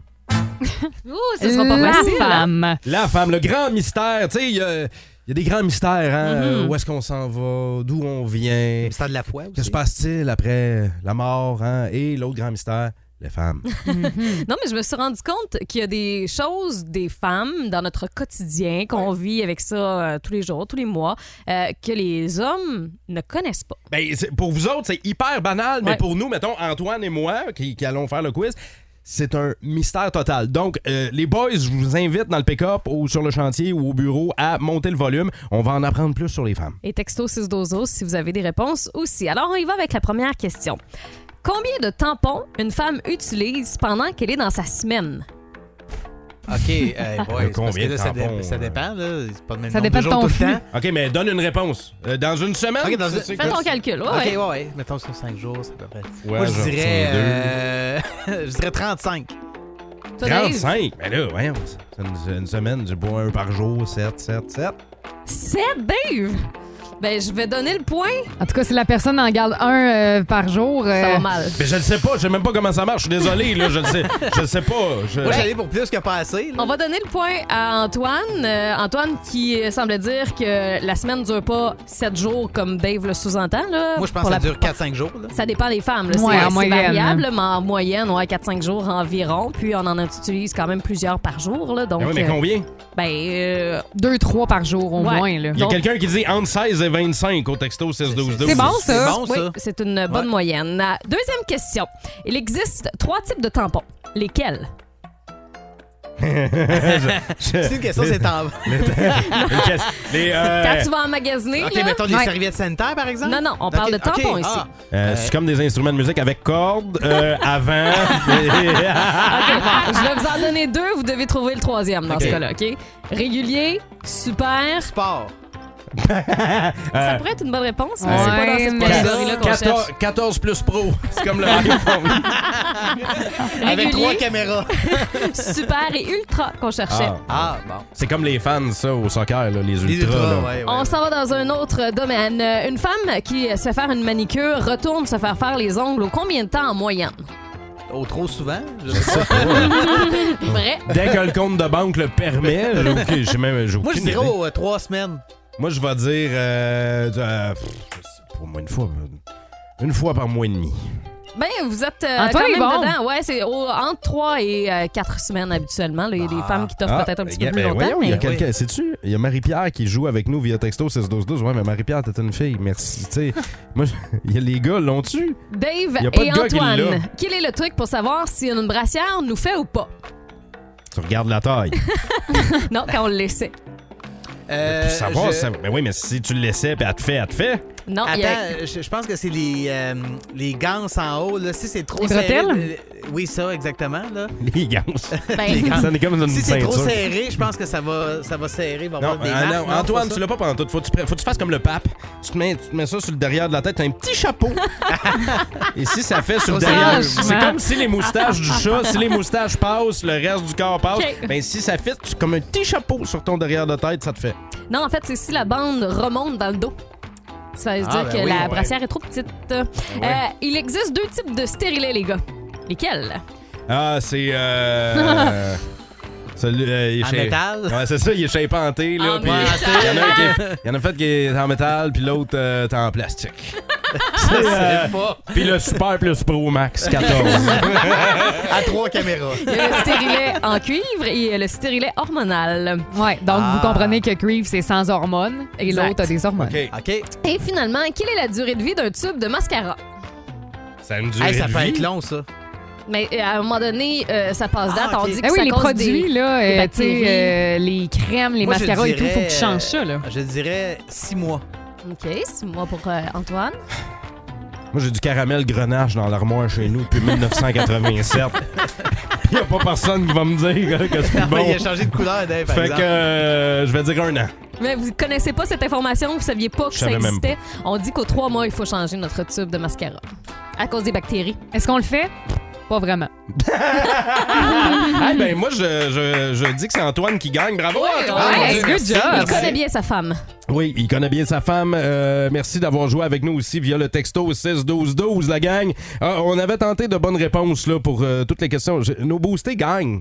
[SPEAKER 10] Ouh, ce sera pas
[SPEAKER 6] Euh,
[SPEAKER 7] La
[SPEAKER 10] facile. hein?
[SPEAKER 7] femme.
[SPEAKER 6] La femme, le grand mystère. Tu sais, il y a, il y a des grands mystères. Hein?
[SPEAKER 10] Mhm.
[SPEAKER 6] Euh, Où est-ce qu'on s'en va? D'où on vient?
[SPEAKER 14] mystère de la foi aussi.
[SPEAKER 6] Que se passe-t-il après la mort? Hein? Et l'autre grand mystère, les femmes.
[SPEAKER 7] Mm-hmm.
[SPEAKER 10] Non, mais je me suis rendu compte qu'il y a des choses des femmes dans notre quotidien qu'on vit avec ça euh, tous les jours, tous les mois, euh, que les hommes ne connaissent pas.
[SPEAKER 6] Ben, c'est- pour vous autres, c'est hyper banal, mais
[SPEAKER 10] Ouais.
[SPEAKER 6] pour nous, mettons, Antoine et moi, qui, qui allons faire le quiz, c'est un mystère total. Donc, euh, les boys, je vous invite dans le pick-up ou sur le chantier ou au bureau à monter le volume. On va en apprendre plus sur les femmes.
[SPEAKER 10] Et texto 612 si vous avez des réponses aussi. Alors, on y va avec la première question. Combien de tampons une femme utilise pendant qu'elle est dans sa semaine?
[SPEAKER 14] OK, hey,
[SPEAKER 6] Le
[SPEAKER 14] boy, c'est parce que
[SPEAKER 6] combien
[SPEAKER 14] là,
[SPEAKER 6] de
[SPEAKER 14] ça, dé-
[SPEAKER 6] tampons,
[SPEAKER 14] ça
[SPEAKER 6] euh,
[SPEAKER 14] dépend. Là. C'est pas le même
[SPEAKER 10] Ça
[SPEAKER 14] nombre
[SPEAKER 10] dépend de
[SPEAKER 14] de jours
[SPEAKER 10] ton
[SPEAKER 14] tout le temps.
[SPEAKER 6] OK, mais donne une réponse. Euh, dans une semaine?
[SPEAKER 14] OK, dans
[SPEAKER 6] C'est-
[SPEAKER 14] une-
[SPEAKER 6] c'est
[SPEAKER 10] Fais
[SPEAKER 6] quoi?
[SPEAKER 10] ton calcul. Ouais,
[SPEAKER 14] OK,
[SPEAKER 10] ouais.
[SPEAKER 14] ouais, ouais. Mettons sur 5 jours, c'est à peu près.
[SPEAKER 6] Ouais,
[SPEAKER 14] Moi, je euh,
[SPEAKER 6] genre,
[SPEAKER 14] dirais,
[SPEAKER 6] sur deux.
[SPEAKER 14] euh, je dirais 35.
[SPEAKER 10] Toi, toi, Dave?
[SPEAKER 6] 35? Mais là, voyons, c'est une, une semaine, je bois un par jour, 7, 7, 7.
[SPEAKER 10] 7, Dave! Ben, je vais donner le point.
[SPEAKER 7] En tout cas, si la personne en garde un euh, par jour. euh,
[SPEAKER 6] Mais je ne sais pas, je sais même pas comment ça marche, je suis désolé, là, je ne sais, je le sais pas. Je...
[SPEAKER 14] Moi, j'allais pour plus que pas assez.
[SPEAKER 10] On va donner le point à Antoine. Euh, Antoine qui euh, semble dire que la semaine ne dure pas 7 jours comme Dave le sous-entend. là.
[SPEAKER 14] Moi, je pense
[SPEAKER 10] Pour la
[SPEAKER 14] que ça dure 4-5 jours. là.
[SPEAKER 10] Ça dépend des femmes. là. C'est-
[SPEAKER 14] Ouais, en
[SPEAKER 10] c'est
[SPEAKER 14] moyenne,
[SPEAKER 7] hein.
[SPEAKER 10] variable, mais en moyenne, ouais, 4-5 jours environ. Puis on en utilise quand même plusieurs par jour. Là, donc,
[SPEAKER 6] Ah oui, mais
[SPEAKER 10] euh,
[SPEAKER 6] combien?
[SPEAKER 10] Ben, euh,
[SPEAKER 7] Deux, trois par jour au
[SPEAKER 10] Ouais.
[SPEAKER 7] moins. Là.
[SPEAKER 6] Il y a quelqu'un qui dit entre 16 et 25 au texto 16-12-12.
[SPEAKER 10] C'est bon, ça. Oui,
[SPEAKER 6] ça.
[SPEAKER 10] c'est une bonne
[SPEAKER 6] Ouais.
[SPEAKER 10] moyenne. Euh, Deuxième question. Il existe trois types de tampons. Lesquels?
[SPEAKER 14] C'est une question, c'est en.
[SPEAKER 6] Les- les caisses- les, euh,
[SPEAKER 10] Quand tu vas emmagasiner.
[SPEAKER 14] Ok,
[SPEAKER 10] là-
[SPEAKER 14] mettons des
[SPEAKER 10] Ouais.
[SPEAKER 14] serviettes sanitaires, par exemple?
[SPEAKER 10] Non, non, on
[SPEAKER 14] Ok,
[SPEAKER 10] parle de
[SPEAKER 14] ok,
[SPEAKER 10] tampons
[SPEAKER 14] ah.
[SPEAKER 10] ici.
[SPEAKER 6] euh, c'est comme des instruments de musique avec cordes euh, avant. Euh,
[SPEAKER 10] OK, bon, je vais vous en donner deux. Vous devez trouver le troisième dans
[SPEAKER 6] OK.
[SPEAKER 10] ce cas-là, OK? Régulier, super. Sport. Ça
[SPEAKER 6] Euh,
[SPEAKER 10] pourrait être une bonne réponse, mais
[SPEAKER 6] Ouais,
[SPEAKER 10] c'est pas dans cette
[SPEAKER 6] mais-
[SPEAKER 10] catégorie-là qu'on
[SPEAKER 14] 14,
[SPEAKER 10] cherche. Ah.
[SPEAKER 14] 14 plus pro, c'est comme le iPhone. Avec
[SPEAKER 10] Régulier,
[SPEAKER 14] trois caméras.
[SPEAKER 10] super et ultra qu'on cherchait.
[SPEAKER 6] Ah, C'est comme les fans, ça, au soccer, là, les ultras.
[SPEAKER 14] ultras,
[SPEAKER 6] là.
[SPEAKER 10] On s'en va dans un autre domaine. Une femme qui se fait faire une manicure retourne se faire faire les ongles au combien de temps en moyenne?
[SPEAKER 14] Oh, trop souvent? Je
[SPEAKER 10] Vrai.
[SPEAKER 6] Dès que le compte de banque le permet, j'ai aucune- j'ai même, j'ai
[SPEAKER 14] Moi, je
[SPEAKER 6] aucune
[SPEAKER 14] dirais
[SPEAKER 6] idée.
[SPEAKER 14] aux, euh, trois semaines.
[SPEAKER 6] Moi, je vais dire. euh, euh, pff, pour moi, une fois. Une fois par mois et demi.
[SPEAKER 10] Ben, vous êtes euh,
[SPEAKER 7] Antoine
[SPEAKER 10] quand
[SPEAKER 7] Ah, est
[SPEAKER 10] même
[SPEAKER 7] bon.
[SPEAKER 10] dedans. Ouais, c'est au- entre 3 et 4 semaines habituellement. là. Il y a des femmes qui t'offrent
[SPEAKER 6] Ah,
[SPEAKER 10] peut-être un petit
[SPEAKER 6] ben,
[SPEAKER 10] peu plus
[SPEAKER 6] ben,
[SPEAKER 10] longtemps.
[SPEAKER 6] voyons, il y a
[SPEAKER 10] mais-
[SPEAKER 6] quelqu'un. Sais-tu, il y a Marie-Pierre qui joue avec nous via texto 16-12-12. Ouais, mais Marie-Pierre, t'es une fille. Merci. Tu sais, moi, je- il y a les gars, l'ont-tu?
[SPEAKER 10] Dave
[SPEAKER 6] Il y a pas de
[SPEAKER 10] et
[SPEAKER 6] gars qui l'a.
[SPEAKER 10] Antoine, quel est le truc pour savoir si une brassière nous fait ou pas?
[SPEAKER 6] Tu regardes la taille.
[SPEAKER 10] Euh, non, quand on le laissait.
[SPEAKER 6] Pour
[SPEAKER 14] Euh,
[SPEAKER 6] savoir, ça- mais oui, mais si tu le laissais, puis elle te fait, elle te fait.
[SPEAKER 10] Non,
[SPEAKER 14] Attends,
[SPEAKER 10] il y a-
[SPEAKER 14] je, je pense que c'est les, euh, les gants en haut. Là. Si c'est trop
[SPEAKER 10] Les
[SPEAKER 14] serré.
[SPEAKER 10] bretelles? Ben.
[SPEAKER 14] euh, Oui, ça, exactement. Là.
[SPEAKER 6] Les gants.
[SPEAKER 14] Les gants.
[SPEAKER 6] Ça n'est comme dans une
[SPEAKER 14] si c'est trop
[SPEAKER 6] ceinture.
[SPEAKER 14] serré, je pense que ça va, ça va serrer. va
[SPEAKER 6] Non,
[SPEAKER 14] avoir des
[SPEAKER 6] ah,
[SPEAKER 14] marques,
[SPEAKER 6] non,
[SPEAKER 14] non,
[SPEAKER 6] Antoine,
[SPEAKER 14] c'est pas
[SPEAKER 6] tu
[SPEAKER 14] ça?
[SPEAKER 6] l'as pas pendant tout. Faut que tu, prennes- faut que tu fasses comme le pape. Tu te, mets, tu te mets ça sur le derrière de la tête, t'as un petit chapeau. Et si ça fait sur le
[SPEAKER 14] Ça, hein?
[SPEAKER 6] derrière,
[SPEAKER 14] c'est
[SPEAKER 6] c'est
[SPEAKER 14] vachement.
[SPEAKER 6] comme si les moustaches du chat, si les moustaches passent, le reste du corps passe.
[SPEAKER 10] Ok.
[SPEAKER 6] Ben si ça fait, tu- comme un petit chapeau sur ton derrière de tête, ça te fait.
[SPEAKER 10] Non, en fait, c'est si la bande remonte dans le dos. Ça veut
[SPEAKER 6] Ah,
[SPEAKER 10] dire
[SPEAKER 6] ben
[SPEAKER 10] que
[SPEAKER 6] oui,
[SPEAKER 10] la
[SPEAKER 6] ouais.
[SPEAKER 10] brassière est trop petite. Euh, il existe deux types de stérilets, les gars. Lesquels?
[SPEAKER 6] Ah, c'est. Euh... celui- euh, il est
[SPEAKER 14] En
[SPEAKER 6] shape-
[SPEAKER 14] métal?
[SPEAKER 6] Ouais, c'est ça, il est chaipanté, là.
[SPEAKER 14] En
[SPEAKER 6] puis
[SPEAKER 14] métal.
[SPEAKER 6] Il y en a un qui est- il y en a fait qui est en métal, puis l'autre euh, t'es en plastique. C'est, euh,
[SPEAKER 14] Je sais pas.
[SPEAKER 6] Puis le Super Plus Pro Max 14.
[SPEAKER 14] à trois caméras.
[SPEAKER 10] Il y a le stérilet en cuivre et le stérilet hormonal.
[SPEAKER 7] Ouais, donc
[SPEAKER 10] Ah.
[SPEAKER 7] vous comprenez que Grieve, c'est sans hormones et
[SPEAKER 10] Exact.
[SPEAKER 7] l'autre a des hormones.
[SPEAKER 10] Et finalement, quelle est la durée de vie d'un tube de mascara?
[SPEAKER 6] Ça me
[SPEAKER 14] Hey, ça
[SPEAKER 6] de
[SPEAKER 14] peut
[SPEAKER 6] vie.
[SPEAKER 14] être long, ça.
[SPEAKER 10] Mais euh, à un moment donné, euh, ça passe date. On dit que
[SPEAKER 7] Ah oui,
[SPEAKER 10] c'est à
[SPEAKER 7] les
[SPEAKER 10] cause
[SPEAKER 7] produits,
[SPEAKER 10] des-
[SPEAKER 7] là,
[SPEAKER 10] des
[SPEAKER 7] euh, tu sais,
[SPEAKER 10] bactéries.
[SPEAKER 7] euh, les crèmes, les
[SPEAKER 14] Moi, je
[SPEAKER 7] mascaras et tout,
[SPEAKER 14] dirais,
[SPEAKER 7] faut que tu
[SPEAKER 10] Ah,
[SPEAKER 7] changes ça, là.
[SPEAKER 14] euh, Je dirais six mois.
[SPEAKER 10] OK, c'est moi pour euh, Antoine.
[SPEAKER 6] Moi, j'ai du caramel grenache dans l'armoire chez nous depuis 1987. Il n'y a pas personne qui va me dire que c'est plus
[SPEAKER 14] Ah,
[SPEAKER 6] bon.
[SPEAKER 14] Il a changé de couleur, Dave, par
[SPEAKER 6] Fait
[SPEAKER 14] exemple.
[SPEAKER 6] que euh, je vais dire un an.
[SPEAKER 10] Mais vous connaissez pas cette information, vous saviez pas que
[SPEAKER 6] Je
[SPEAKER 10] ça
[SPEAKER 6] savais même
[SPEAKER 10] existait. On dit qu'aux trois mois, il faut changer notre tube de mascara à cause des bactéries.
[SPEAKER 7] Est-ce qu'on le fait? Pas vraiment.
[SPEAKER 6] Ah ben moi, je, je- je dis que c'est Antoine qui gagne. Bravo, Antoine! Ah, Mon Dieu, merci.
[SPEAKER 10] Il
[SPEAKER 6] Merci.
[SPEAKER 10] connaît bien sa femme.
[SPEAKER 6] Oui, il connaît bien sa femme. Euh, merci d'avoir joué avec nous aussi via le texto 6-12-12, la gang. Ah, on avait tenté de bonnes réponses là, pour euh, toutes les questions. Je- nos boostés gagnent.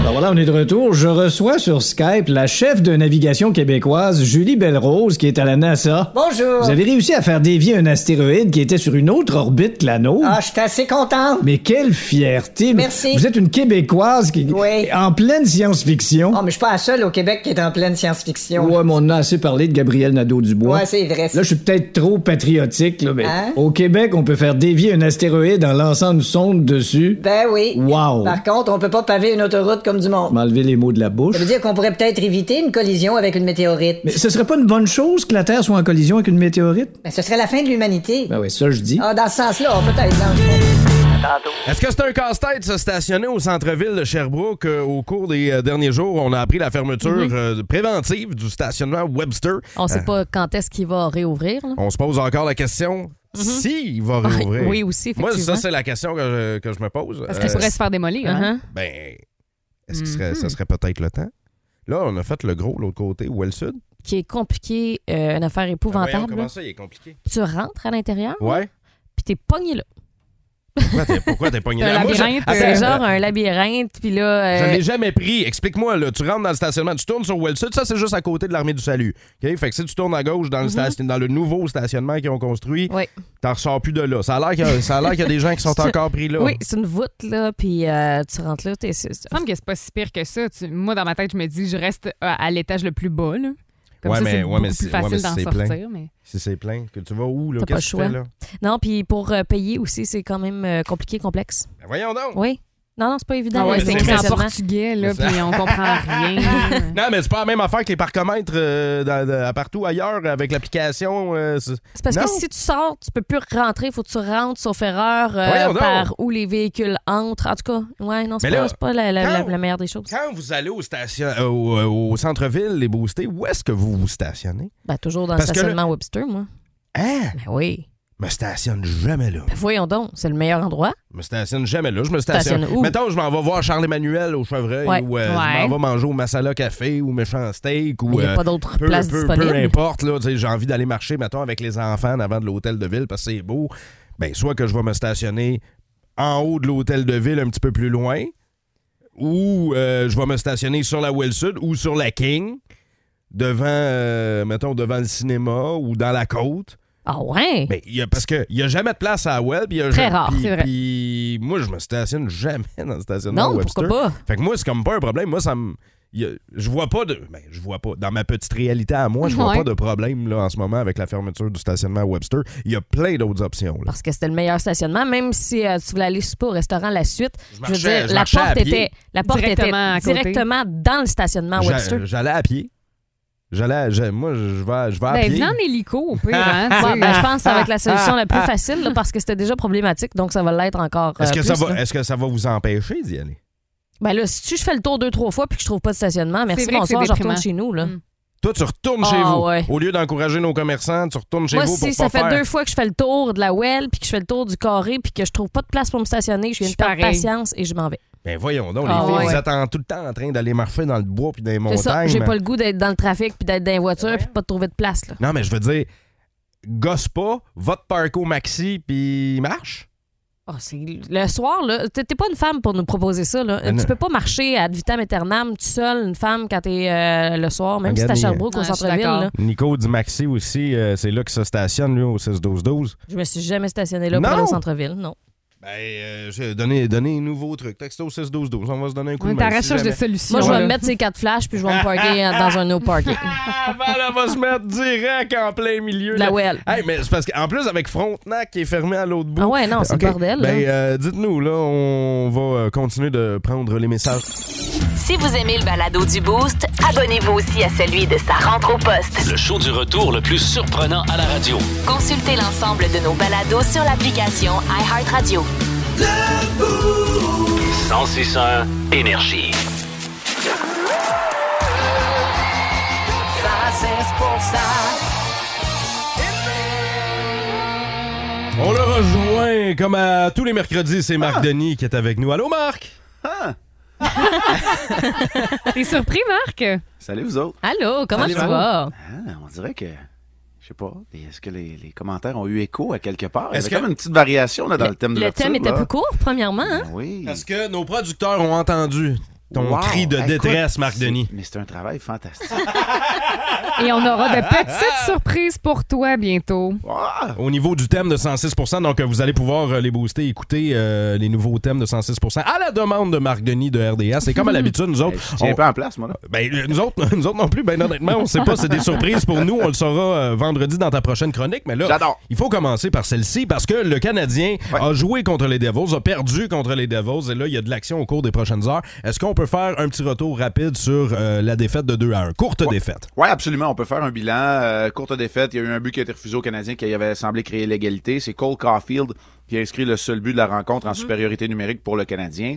[SPEAKER 8] Alors voilà, on est de retour. Je reçois sur Skype la chef de navigation québécoise, Julie Belrose, qui est à la NASA.
[SPEAKER 15] Bonjour.
[SPEAKER 8] Vous avez réussi à faire dévier un astéroïde qui était sur une autre orbite que la nôtre.
[SPEAKER 15] Ah, je suis assez contente.
[SPEAKER 8] Mais quelle fierté!
[SPEAKER 15] Merci.
[SPEAKER 8] Vous êtes une Québécoise qui
[SPEAKER 15] Oui.
[SPEAKER 8] en pleine science-fiction.
[SPEAKER 15] Oh, mais je suis pas la seule au Québec qui est en pleine science-fiction.
[SPEAKER 8] Ouais, mais on a assez parlé de Gabriel Nadeau-Dubois.
[SPEAKER 15] Ouais, c'est vrai, ça.
[SPEAKER 8] Là, je suis peut-être trop patriotique, là, mais
[SPEAKER 15] Hein?
[SPEAKER 8] au Québec, on peut faire dévier un astéroïde en lançant une sonde dessus.
[SPEAKER 15] Ben oui.
[SPEAKER 8] Wow!
[SPEAKER 15] Par contre, on peut pas paver une autoroute comme du monde.
[SPEAKER 8] M'enlever les mots de la bouche.
[SPEAKER 15] Ça veut dire qu'on pourrait peut-être éviter une collision avec une météorite.
[SPEAKER 8] Mais ce serait pas une bonne chose que la Terre soit en collision avec une météorite?
[SPEAKER 15] Mais ce serait la fin de l'humanité.
[SPEAKER 8] Ben oui, ça je dis.
[SPEAKER 15] Ah, dans ce sens-là, peut-être. dans le fond.
[SPEAKER 6] Est-ce que c'est un casse-tête de se stationner au centre-ville de Sherbrooke Euh, au cours des euh, derniers jours? On a appris la fermeture
[SPEAKER 10] Mhm.
[SPEAKER 6] euh, préventive du stationnement Webster.
[SPEAKER 10] On sait
[SPEAKER 6] Euh,
[SPEAKER 10] pas quand est-ce qu'il va réouvrir. là.
[SPEAKER 6] On se pose encore la question
[SPEAKER 10] Mhm.
[SPEAKER 6] s'il va réouvrir.
[SPEAKER 10] Oui, aussi,
[SPEAKER 6] Moi, ça,
[SPEAKER 10] effectivement.
[SPEAKER 6] c'est la question que je, que je me pose.
[SPEAKER 7] Parce qu'il
[SPEAKER 6] Euh,
[SPEAKER 7] pourrait se faire démolir. hein?
[SPEAKER 6] Ben, est-ce que
[SPEAKER 10] Mhm.
[SPEAKER 6] ça serait peut-être le temps? Là, on a fait le gros, l'autre côté, où est le sud?
[SPEAKER 10] Qui est compliqué, euh, une affaire épouvantable.
[SPEAKER 6] Voyons comment
[SPEAKER 10] là.
[SPEAKER 6] ça, il est compliqué.
[SPEAKER 10] Tu rentres à l'intérieur,
[SPEAKER 6] Ouais?
[SPEAKER 10] puis t'es pogné là.
[SPEAKER 6] Pourquoi t'es- Pourquoi t'es pogné
[SPEAKER 10] C'est un
[SPEAKER 6] là? Moi, je-
[SPEAKER 10] labyrinthe.
[SPEAKER 6] Attends,
[SPEAKER 10] C'est genre un labyrinthe, puis là.
[SPEAKER 6] Je
[SPEAKER 10] euh,
[SPEAKER 6] l'ai jamais pris. Explique-moi, là, tu rentres dans le stationnement, tu tournes sur Well Sud, ça c'est juste à côté de l'armée du salut. OK? Fait que si tu tournes à gauche
[SPEAKER 10] Mm-hmm.
[SPEAKER 6] dans le, station- dans le nouveau stationnement qu'ils ont construit, t'en ressors plus de là. Ça a l'air qu'il y, a- ça a l'air qu'il y a des gens qui sont
[SPEAKER 10] C'est-
[SPEAKER 6] encore pris là.
[SPEAKER 10] Oui, c'est une voûte, là, puis euh, tu rentres là, t'es. c'est- c'est-
[SPEAKER 7] Il me semble que c'est pas si pire que ça. Tu- moi, dans ma tête, je me dis, je reste euh, à, à l'étage le plus bas. Là. Comme
[SPEAKER 6] Ouais,
[SPEAKER 7] ça,
[SPEAKER 6] mais-
[SPEAKER 7] c'est
[SPEAKER 6] ouais,
[SPEAKER 7] beaucoup
[SPEAKER 6] mais
[SPEAKER 7] plus
[SPEAKER 6] c'est- ouais, mais
[SPEAKER 7] facile d'en
[SPEAKER 6] c'est
[SPEAKER 7] sortir.
[SPEAKER 6] plein.
[SPEAKER 7] Mais...
[SPEAKER 6] Si c'est plein, que tu vas où, là?
[SPEAKER 10] T'as pas le
[SPEAKER 6] Qu'est-ce que tu
[SPEAKER 10] choix.
[SPEAKER 6] fais là?
[SPEAKER 10] Non, puis pour euh, payer aussi, c'est quand même euh, compliqué, complexe.
[SPEAKER 6] Ben voyons donc!
[SPEAKER 10] Oui. Non, non, c'est pas évident.
[SPEAKER 7] Ah ouais,
[SPEAKER 10] là,
[SPEAKER 7] c'est
[SPEAKER 10] le
[SPEAKER 7] écrit en
[SPEAKER 10] stationnement.
[SPEAKER 7] portugais, là,
[SPEAKER 6] C'est ça.
[SPEAKER 7] puis on comprend rien.
[SPEAKER 6] Ah! Non, mais c'est pas la même affaire que les parcomètres euh, dans- dans- partout ailleurs avec l'application. euh, c'est
[SPEAKER 10] C'est parce
[SPEAKER 6] Non.
[SPEAKER 10] que si tu sors, tu peux plus rentrer, faut que tu rentres sauf erreur euh,
[SPEAKER 6] Voyons donc.
[SPEAKER 10] par où les véhicules entrent. En tout cas, ouais, non, c'est
[SPEAKER 6] Mais
[SPEAKER 10] pas,
[SPEAKER 6] là,
[SPEAKER 10] c'est pas la, la- la-
[SPEAKER 6] quand-
[SPEAKER 10] la meilleure des choses.
[SPEAKER 6] Quand vous allez au, station, euh, au, euh, au centre-ville, les boostés, où est-ce que vous vous stationnez?
[SPEAKER 10] Ben, toujours dans
[SPEAKER 6] Parce
[SPEAKER 10] le
[SPEAKER 6] que
[SPEAKER 10] stationnement Webster, moi.
[SPEAKER 6] Hein?
[SPEAKER 10] Ben oui.
[SPEAKER 6] me stationne jamais là.
[SPEAKER 10] Ben voyons donc, c'est le meilleur endroit.
[SPEAKER 6] Je me stationne jamais là. Je me stationne.
[SPEAKER 10] Stationne où?
[SPEAKER 6] Mettons, je m'en vais voir Charles-Emmanuel au Chevreuil
[SPEAKER 10] Ouais.
[SPEAKER 6] ou euh, je
[SPEAKER 10] Ouais.
[SPEAKER 6] m'en vais manger au Masala Café ou Méchant Steak ou.
[SPEAKER 10] Mais y a
[SPEAKER 6] euh,
[SPEAKER 10] pas d'autres
[SPEAKER 6] peu,
[SPEAKER 10] places
[SPEAKER 6] peu,
[SPEAKER 10] disponibles.
[SPEAKER 6] Peu importe, là. tu sais, J'ai envie d'aller marcher, mettons, avec les enfants en avant de l'hôtel de ville parce que c'est beau. Ben, soit que je vais me stationner en haut de l'hôtel de ville un petit peu plus loin ou euh, je vais me stationner sur la Well Sud ou sur la King devant, euh, mettons, devant le cinéma ou dans la côte.
[SPEAKER 10] Ah ouais?
[SPEAKER 6] Ben, il y a- parce qu'il n'y a jamais de place à la web. il y a
[SPEAKER 10] Très
[SPEAKER 6] ja-
[SPEAKER 10] rare,
[SPEAKER 6] puis-
[SPEAKER 10] c'est vrai.
[SPEAKER 6] Puis moi, je me stationne jamais dans le stationnement
[SPEAKER 10] Non,
[SPEAKER 6] Webster.
[SPEAKER 10] pourquoi pas?
[SPEAKER 6] Fait que moi, c'est comme pas un problème. Moi, ça me. il y a- je vois pas de. Ben, je vois pas. Dans ma petite réalité à moi, je vois
[SPEAKER 10] Ouais.
[SPEAKER 6] pas de problème là, en ce moment avec la fermeture du stationnement à Webster. Il y a plein d'autres options. là.
[SPEAKER 10] Parce que c'était le meilleur stationnement, même si euh, tu voulais aller super au restaurant la suite. Je, veux
[SPEAKER 6] marchais-
[SPEAKER 10] dire,
[SPEAKER 6] je
[SPEAKER 10] la
[SPEAKER 6] marchais à
[SPEAKER 10] porte,
[SPEAKER 6] pied.
[SPEAKER 10] était, la porte
[SPEAKER 7] Directement à
[SPEAKER 10] était
[SPEAKER 7] côté.
[SPEAKER 10] directement dans le stationnement
[SPEAKER 6] J'a-
[SPEAKER 10] Webster.
[SPEAKER 6] J'allais à pied. J'allais. à- j'ai- Moi, je vais, je vais à
[SPEAKER 7] Ben,
[SPEAKER 6] pied.
[SPEAKER 7] venez en hélico, au pire. Hein, tu
[SPEAKER 10] Ouais,
[SPEAKER 7] sais.
[SPEAKER 10] ben, je pense que ça va être la solution la plus facile là, parce que c'était déjà problématique, donc ça va l'être encore. euh,
[SPEAKER 6] Est-ce que,
[SPEAKER 10] plus,
[SPEAKER 6] ça va-
[SPEAKER 10] là.
[SPEAKER 6] est-ce que ça va vous empêcher d'y aller?
[SPEAKER 10] Ben là, si tu- je fais le tour deux, trois fois puis que je trouve pas de stationnement, merci,
[SPEAKER 7] vrai que
[SPEAKER 10] bonsoir,
[SPEAKER 7] c'est
[SPEAKER 10] je retourne
[SPEAKER 7] déprimant. Mm.
[SPEAKER 10] chez nous. Là.
[SPEAKER 6] Toi, tu retournes chez
[SPEAKER 10] Ah,
[SPEAKER 6] vous.
[SPEAKER 10] ouais.
[SPEAKER 6] Au lieu d'encourager nos commerçants, tu retournes chez
[SPEAKER 10] Moi,
[SPEAKER 6] vous pour
[SPEAKER 10] si ça
[SPEAKER 6] pas
[SPEAKER 10] fait
[SPEAKER 6] faire-
[SPEAKER 10] deux fois que je fais le tour de la well puis que je fais le tour du carré puis que je trouve pas de place pour me stationner, je viens de perdre
[SPEAKER 7] pareil.
[SPEAKER 10] patience et je m'en vais.
[SPEAKER 6] Ben voyons donc,
[SPEAKER 10] Ah
[SPEAKER 6] les filles,
[SPEAKER 10] ouais.
[SPEAKER 6] ils attendent tout le temps en train d'aller marcher dans le bois puis dans les
[SPEAKER 10] C'est
[SPEAKER 6] montagnes.
[SPEAKER 10] ça, j'ai pas le goût d'être dans le trafic puis d'être dans les voitures puis de pas trouver de place. Là.
[SPEAKER 6] Non, mais je veux dire, gosse pas, va te parker au maxi puis marche.
[SPEAKER 10] Ah, c'est- le soir, là, t'es t'es pas une femme pour nous proposer ça. Là.
[SPEAKER 6] Ah, non.
[SPEAKER 10] tu peux pas marcher à ad vitam aeternam tout seul, une femme, quand t'es euh, le soir, même si
[SPEAKER 6] Regarde,
[SPEAKER 10] t'es à
[SPEAKER 6] il-
[SPEAKER 10] Sherbrooke
[SPEAKER 7] Ouais,
[SPEAKER 10] au
[SPEAKER 7] je suis
[SPEAKER 10] centre-ville.
[SPEAKER 7] d'accord.
[SPEAKER 10] là.
[SPEAKER 6] Nico du maxi aussi, euh, c'est là que se stationne, lui, au 6-12-12.
[SPEAKER 10] Je me suis jamais stationnée là
[SPEAKER 6] Non.
[SPEAKER 10] pour aller au centre-ville, non.
[SPEAKER 6] Ben, euh, je vais donner, donner un nouveau truc. Texto 6-12-12, on va se donner un coup
[SPEAKER 7] On
[SPEAKER 6] de
[SPEAKER 7] est à
[SPEAKER 6] main. si
[SPEAKER 7] recherche de
[SPEAKER 6] jamais.
[SPEAKER 7] solutions.
[SPEAKER 10] Moi, je vais
[SPEAKER 7] là.
[SPEAKER 10] me mettre ces quatre flashs puis je vais me parker euh, dans un no parking.
[SPEAKER 6] Ah, ben, elle va se mettre direct en plein milieu.
[SPEAKER 10] De la
[SPEAKER 6] là.
[SPEAKER 10] well.
[SPEAKER 6] Hey, mais c'est parce qu'en plus, avec Frontenac qui est fermé à l'autre bout.
[SPEAKER 10] Ah ouais, non, c'est
[SPEAKER 6] Ok.
[SPEAKER 10] le bordel. là.
[SPEAKER 6] Ben, euh, dites-nous, là, on va euh, continuer de prendre les messages.
[SPEAKER 1] Si vous aimez le balado du Boost, abonnez-vous aussi à celui de sa rentre au poste.
[SPEAKER 2] Le show du retour le plus surprenant à la radio.
[SPEAKER 1] Consultez l'ensemble de nos balados sur l'application iHeartRadio.
[SPEAKER 2] 1061 Énergie.
[SPEAKER 6] On le rejoint comme à tous les mercredis, c'est Marc Denis qui est avec nous. Allô Marc?
[SPEAKER 16] Ah,
[SPEAKER 7] T'es surpris, Marc?
[SPEAKER 16] Salut vous autres.
[SPEAKER 10] Allô, comment
[SPEAKER 16] Salut,
[SPEAKER 10] tu vas?
[SPEAKER 16] Manon. Ah, on dirait que, je sais pas, est-ce que les, les commentaires ont eu écho à quelque part? Il y
[SPEAKER 6] Est-ce
[SPEAKER 16] avait
[SPEAKER 6] que-
[SPEAKER 16] quand même une petite variation là, dans le, thème de
[SPEAKER 10] Le thème était plus
[SPEAKER 16] court.
[SPEAKER 10] court, premièrement. hein?
[SPEAKER 16] Oui.
[SPEAKER 6] Est-ce que nos producteurs ont entendu ton
[SPEAKER 16] Wow.
[SPEAKER 6] cri de
[SPEAKER 16] Écoute,
[SPEAKER 6] détresse, Marc Denis?
[SPEAKER 16] Mais c'est un travail fantastique.
[SPEAKER 7] Et on aura de petites surprises pour toi bientôt.
[SPEAKER 6] Au niveau du thème de 106%, donc euh, vous allez pouvoir euh, les booster, écouter euh, les nouveaux thèmes de 106% à la demande de Marc Denis de RDA. C'est comme à l'habitude, nous autres.
[SPEAKER 16] Je tiens
[SPEAKER 6] on-
[SPEAKER 16] pas en place, moi, là.
[SPEAKER 6] Ben, euh, nous, autres, nous autres non plus, ben honnêtement, on sait pas, c'est des surprises pour nous, on le saura euh, vendredi dans ta prochaine chronique, mais là, il faut commencer par celle-ci parce que le Canadien a joué contre les Devils, a perdu contre les Devils, et là, il y a de l'action au cours des prochaines heures. Est-ce qu'on peut faire un petit retour rapide sur euh, la défaite de 2 à 1? Courte défaite.
[SPEAKER 16] Oui, absolument. rapidement, on peut faire un bilan. Euh, courte défaite, il y a eu un but qui a été refusé aux Canadiens qui avait semblé créer l'égalité. C'est Cole Caulfield qui a inscrit le seul but de la rencontre en supériorité numérique pour le Canadien.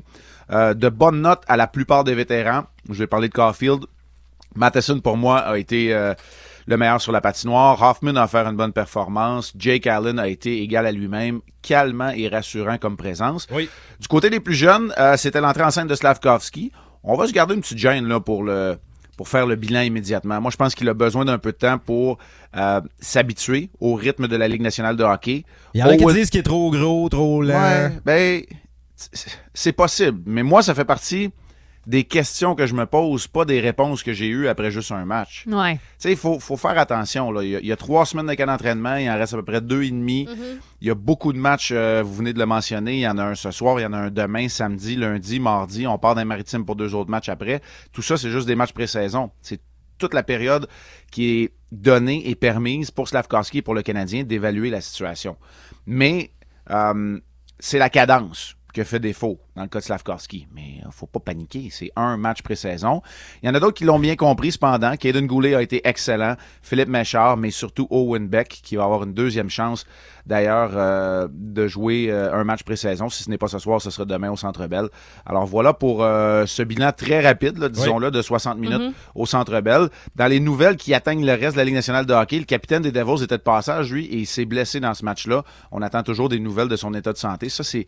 [SPEAKER 16] Euh, de bonnes notes à la plupart des vétérans. Je vais parler de Caulfield. Matheson, pour moi, a été euh, le meilleur sur la patinoire. Hoffman a offert une bonne performance. Jake Allen a été égal à lui-même, calmant et rassurant comme présence. Du côté des plus jeunes, euh, c'était l'entrée en scène de Slavkovski. On va se garder une petite gêne là, pour, le, pour faire le bilan immédiatement. Moi, je pense qu'il a besoin d'un peu de temps pour euh, s'habituer au rythme de la Ligue nationale de hockey.
[SPEAKER 6] Il y en a qui
[SPEAKER 16] Owen-
[SPEAKER 6] disent euh, qu'il est trop gros, trop lent.
[SPEAKER 16] Ouais, ben, c'est- c'est possible. Mais moi, ça fait partie des questions que je me pose, pas des réponses que j'ai eues après juste un match.
[SPEAKER 7] Ouais.
[SPEAKER 16] Tu sais, il faut, faut faire attention. Là. Il, y a, il y a trois semaines de camp d'entraînement, il en reste à peu près deux et demi. Il y a beaucoup de matchs, euh, vous venez de le mentionner. Il y en a un ce soir, il y en a un demain, samedi, lundi, mardi. On part d'un maritime pour deux autres matchs après. Tout ça, c'est juste des matchs pré-saison. C'est toute la période qui est donnée et permise pour Slavkovski et pour le Canadien d'évaluer la situation. Mais euh, c'est la cadence qui a fait défaut dans le cas de Slavkovski. Mais euh, faut pas paniquer, c'est un match pré-saison. Il y en a d'autres qui l'ont bien compris cependant. Kaden Goulet a été excellent, Philippe Méchard, mais surtout Owen Beck qui va avoir une deuxième chance d'ailleurs euh, de jouer euh, un match pré-saison. Si ce n'est pas ce soir, ce sera demain au Centre Bell. Alors voilà pour euh, ce bilan très rapide, là, disons-le, de 60 minutes
[SPEAKER 17] Mhm.
[SPEAKER 16] au Centre Bell. Dans les nouvelles qui atteignent le reste de la Ligue nationale de hockey, le capitaine des Devils était de passage, lui, et il s'est blessé dans ce match-là. On attend toujours des nouvelles de son état de santé. Ça, c'est,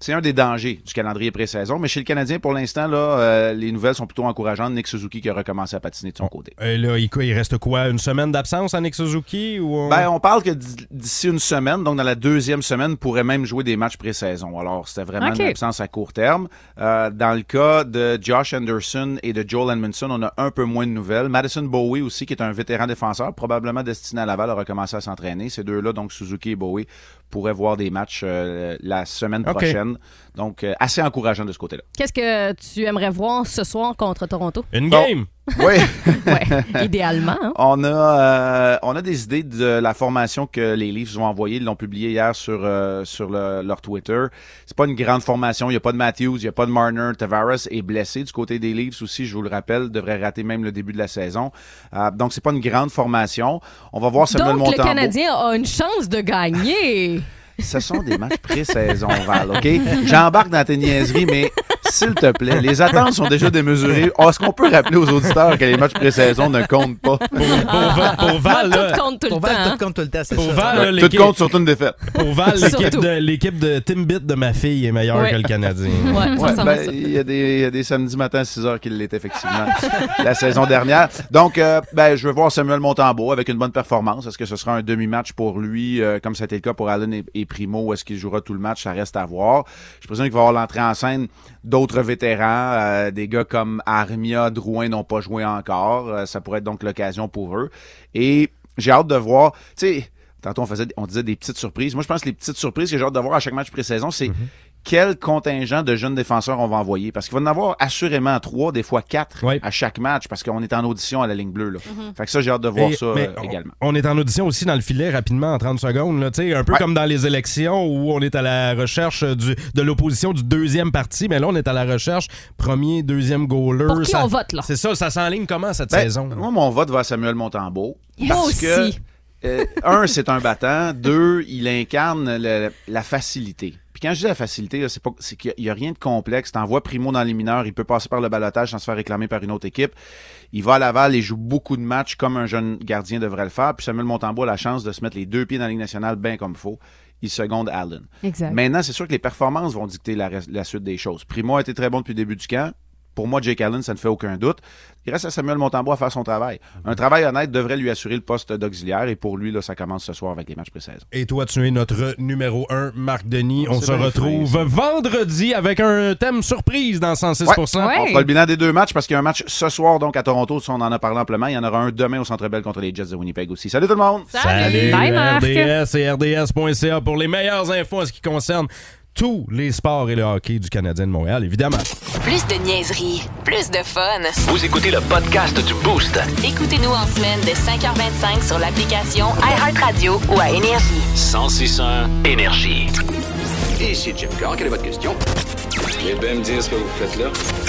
[SPEAKER 16] c'est un des dangers du calendrier pré-saison. Mais chez le Canadien, pour l'instant, là, euh, les nouvelles sont plutôt encourageantes. Nick Suzuki qui a recommencé à patiner de son côté.
[SPEAKER 6] Euh, là, il, quoi, il reste quoi? Une semaine d'absence à Nick Suzuki? Ou on...
[SPEAKER 16] Ben, on parle que d- d'ici une semaine, donc dans la deuxième semaine, pourrait même jouer des matchs pré-saison. Alors, c'était vraiment
[SPEAKER 6] Ok.
[SPEAKER 16] une absence à court terme. Euh, dans le cas de Josh Anderson et de Joel Edmondson, on a un peu moins de nouvelles. Madison Bowie aussi, qui est un vétéran défenseur, probablement destiné à Laval, aura commencé à s'entraîner. Ces deux-là, donc Suzuki et Bowie, pourraient voir des matchs euh, la semaine
[SPEAKER 10] Ok.
[SPEAKER 16] prochaine. Donc, euh, assez encourageant de ce côté-là.
[SPEAKER 10] Qu'est-ce que tu aimerais voir ce soir contre Toronto?
[SPEAKER 6] Une
[SPEAKER 16] game! Oui.
[SPEAKER 10] Idéalement. hein?
[SPEAKER 16] On a, euh, on a des idées de la formation que les Leafs ont envoyée. Ils l'ont publié hier sur, euh, sur le- leur Twitter. C'est pas une grande formation. Il n'y a pas de Matthews, il n'y a pas de Marner. Tavares est blessé du côté des Leafs aussi, je vous le rappelle. devrait rater même le début de la saison. Euh, donc, c'est pas une grande formation. On va voir Samuel
[SPEAKER 10] Donc, le
[SPEAKER 16] Montembeau.
[SPEAKER 10] Canadien a une chance de gagner.
[SPEAKER 16] Ce sont des matchs pré-saison, Val, OK? J'embarque dans tes niaiseries, mais s'il te plaît, les attentes sont déjà démesurées. Oh, Est-ce qu'on peut rappeler aux auditeurs que les matchs pré-saison ne comptent pas? Pour,
[SPEAKER 14] pour Val, Tout là- compte tout le
[SPEAKER 16] pour
[SPEAKER 14] temps,
[SPEAKER 16] Val,
[SPEAKER 14] hein.
[SPEAKER 16] tout compte tout le temps, c'est
[SPEAKER 14] Pour
[SPEAKER 16] ça.
[SPEAKER 14] Val,
[SPEAKER 16] Ouais,
[SPEAKER 14] là,
[SPEAKER 16] tout
[SPEAKER 14] l'équipe-
[SPEAKER 16] compte surtout une défaite.
[SPEAKER 6] Pour Val, l'équipe
[SPEAKER 14] Surtout.
[SPEAKER 6] de, l'équipe de Timbit de ma fille est meilleure
[SPEAKER 16] Ouais.
[SPEAKER 6] que le Canadien.
[SPEAKER 16] Ouais, ben, il y, a des- il y a des samedis matins à 6 heures qu'il l'est effectivement la saison dernière. Donc, euh, ben, je veux voir Samuel Montembeau avec une bonne performance. Est-ce que ce sera un demi-match pour lui, euh, comme ça a été le cas pour Allen et, et Primo, ou est-ce qu'il jouera tout le match? Ça reste à voir. Je présume qu'il va y avoir l'entrée en scène d'autres vétérans. euh, des gars comme Armia, Drouin n'ont pas joué encore. Euh, ça pourrait être donc l'occasion pour eux. Et j'ai hâte de voir. Tu sais, Tantôt, on, faisait, on disait des petites surprises. Moi, je pense que les petites surprises que j'ai hâte de voir à chaque match pré-saison,
[SPEAKER 6] Mhm.
[SPEAKER 16] c'est quel contingent de jeunes défenseurs on va envoyer. Parce qu'il va en avoir assurément trois, des fois quatre à chaque match, parce qu'on est en audition à la ligne bleue. Là. Fait que ça, j'ai hâte de voir
[SPEAKER 6] Et-
[SPEAKER 16] ça
[SPEAKER 6] mais
[SPEAKER 16] euh,
[SPEAKER 6] on-
[SPEAKER 16] également.
[SPEAKER 6] On est en audition aussi dans le filet rapidement en 30 secondes. là, tu sais, un peu comme dans les élections où on est à la recherche du- de l'opposition du deuxième parti, mais là on est à la recherche premier, deuxième goaler.
[SPEAKER 16] Pour qui
[SPEAKER 6] Ça-
[SPEAKER 16] on vote, là?
[SPEAKER 6] C'est ça, ça s'enligne comment cette
[SPEAKER 16] Ben,
[SPEAKER 6] saison?
[SPEAKER 16] Moi, mon vote va à Samuel Montembeau.
[SPEAKER 6] Yes.
[SPEAKER 16] Parce
[SPEAKER 6] Moi
[SPEAKER 16] que,
[SPEAKER 6] aussi.
[SPEAKER 16] euh, un, c'est un battant. Deux, il incarne le- la facilité. Puis quand je dis la facilité, là, c'est, pas, c'est qu'il n'y a, rien de complexe. T'envoies Primo dans les mineurs, il peut passer par le balotage sans se faire réclamer par une autre équipe. Il va à Laval et joue beaucoup de matchs comme un jeune gardien devrait le faire. Puis Samuel Montembeau a la chance de se mettre les deux pieds dans la Ligue nationale bien comme il faut. Il seconde Allen.
[SPEAKER 7] Exact.
[SPEAKER 16] Maintenant, c'est sûr que les performances vont dicter la, res- la suite des choses. Primo a été très bon depuis le début du camp. Pour moi, Jake Allen, ça ne fait aucun doute. Il reste à Samuel Montembois à faire son travail. Un travail honnête devrait lui assurer le poste d'auxiliaire et pour lui, là, ça commence ce soir avec les matchs pré-saison.
[SPEAKER 6] Et toi, tu es notre numéro 1, Marc Denis. On
[SPEAKER 16] C'est
[SPEAKER 6] se
[SPEAKER 16] bien
[SPEAKER 6] retrouve vendredi avec un thème surprise dans 106
[SPEAKER 16] Ouais. On fera le bilan des deux matchs parce qu'il y a un match ce soir donc à Toronto, ça, on en a parlé amplement. Il y en aura un demain au Centre Bell contre les Jets de Winnipeg aussi. Salut tout le monde!
[SPEAKER 6] Salut,
[SPEAKER 16] Bye, Marc.
[SPEAKER 6] RDS et RDS.ca pour les meilleures infos en ce qui concerne tous les sports et le hockey du Canadien de Montréal, évidemment.
[SPEAKER 1] Plus de niaiserie, plus de fun.
[SPEAKER 2] Vous écoutez le podcast du Boost.
[SPEAKER 1] Écoutez-nous en semaine de 5h25 sur l'application iHeartRadio ou à Énergie.
[SPEAKER 2] 1061 Énergie.
[SPEAKER 18] Ici Jim Carr, quelle est votre question?
[SPEAKER 2] Les bien me dire ce que vous faites là.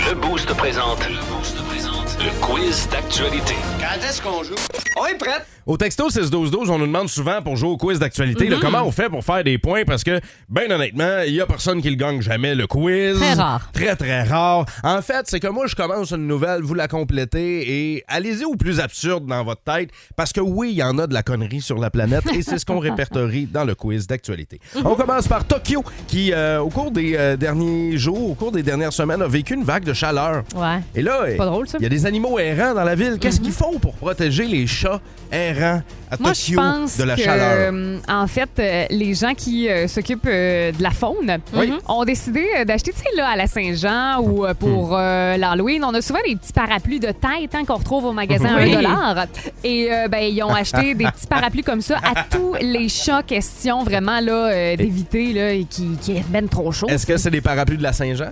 [SPEAKER 2] Le Boost présente. Le Boost présente. le quiz d'actualité. Quand est-ce qu'on joue? On est prêt.
[SPEAKER 6] Au texto 6-12-12, on nous demande souvent pour jouer au quiz d'actualité là,
[SPEAKER 2] Mhm.
[SPEAKER 6] comment on fait pour faire des points parce que, ben honnêtement, il y a personne qui le gagne jamais le quiz.
[SPEAKER 2] Très rare.
[SPEAKER 6] Très, très rare. En fait, c'est que moi, je commence une nouvelle, vous la complétez et allez-y au plus absurde dans votre tête parce que oui, il y en a de la connerie sur la planète et c'est ce qu'on répertorie dans le quiz d'actualité. On commence par Tokyo qui, euh, au cours des euh, derniers jours, au cours des dernières semaines, a vécu une vague de chaleur.
[SPEAKER 10] Ouais.
[SPEAKER 6] Et là,
[SPEAKER 10] C'est pas drôle, ça. Mhm.
[SPEAKER 6] il y a des animaux errants dans la ville. Qu'est-ce qu'ils font pour protéger les chats errants à
[SPEAKER 7] Moi, je
[SPEAKER 6] Tokyo
[SPEAKER 7] pense
[SPEAKER 6] de la
[SPEAKER 7] que,
[SPEAKER 6] chaleur?
[SPEAKER 7] euh, en fait, euh, les gens qui euh, s'occupent euh, de la faune
[SPEAKER 6] Oui. Hmm.
[SPEAKER 7] ont décidé euh, d'acheter, tu sais, là, à la Saint-Jean ou euh, pour euh, l'Halloween, on a souvent des petits parapluies de tête hein, qu'on retrouve au
[SPEAKER 6] Mhm.
[SPEAKER 7] magasin à
[SPEAKER 10] Oui.
[SPEAKER 7] 1 dollar. Et euh, ben, ils ont acheté des petits parapluies comme ça à tous les chats question vraiment là euh, d'éviter là et qui qui est ben trop chaud.
[SPEAKER 6] Est-ce que c'est des parapluies de la Saint-Jean?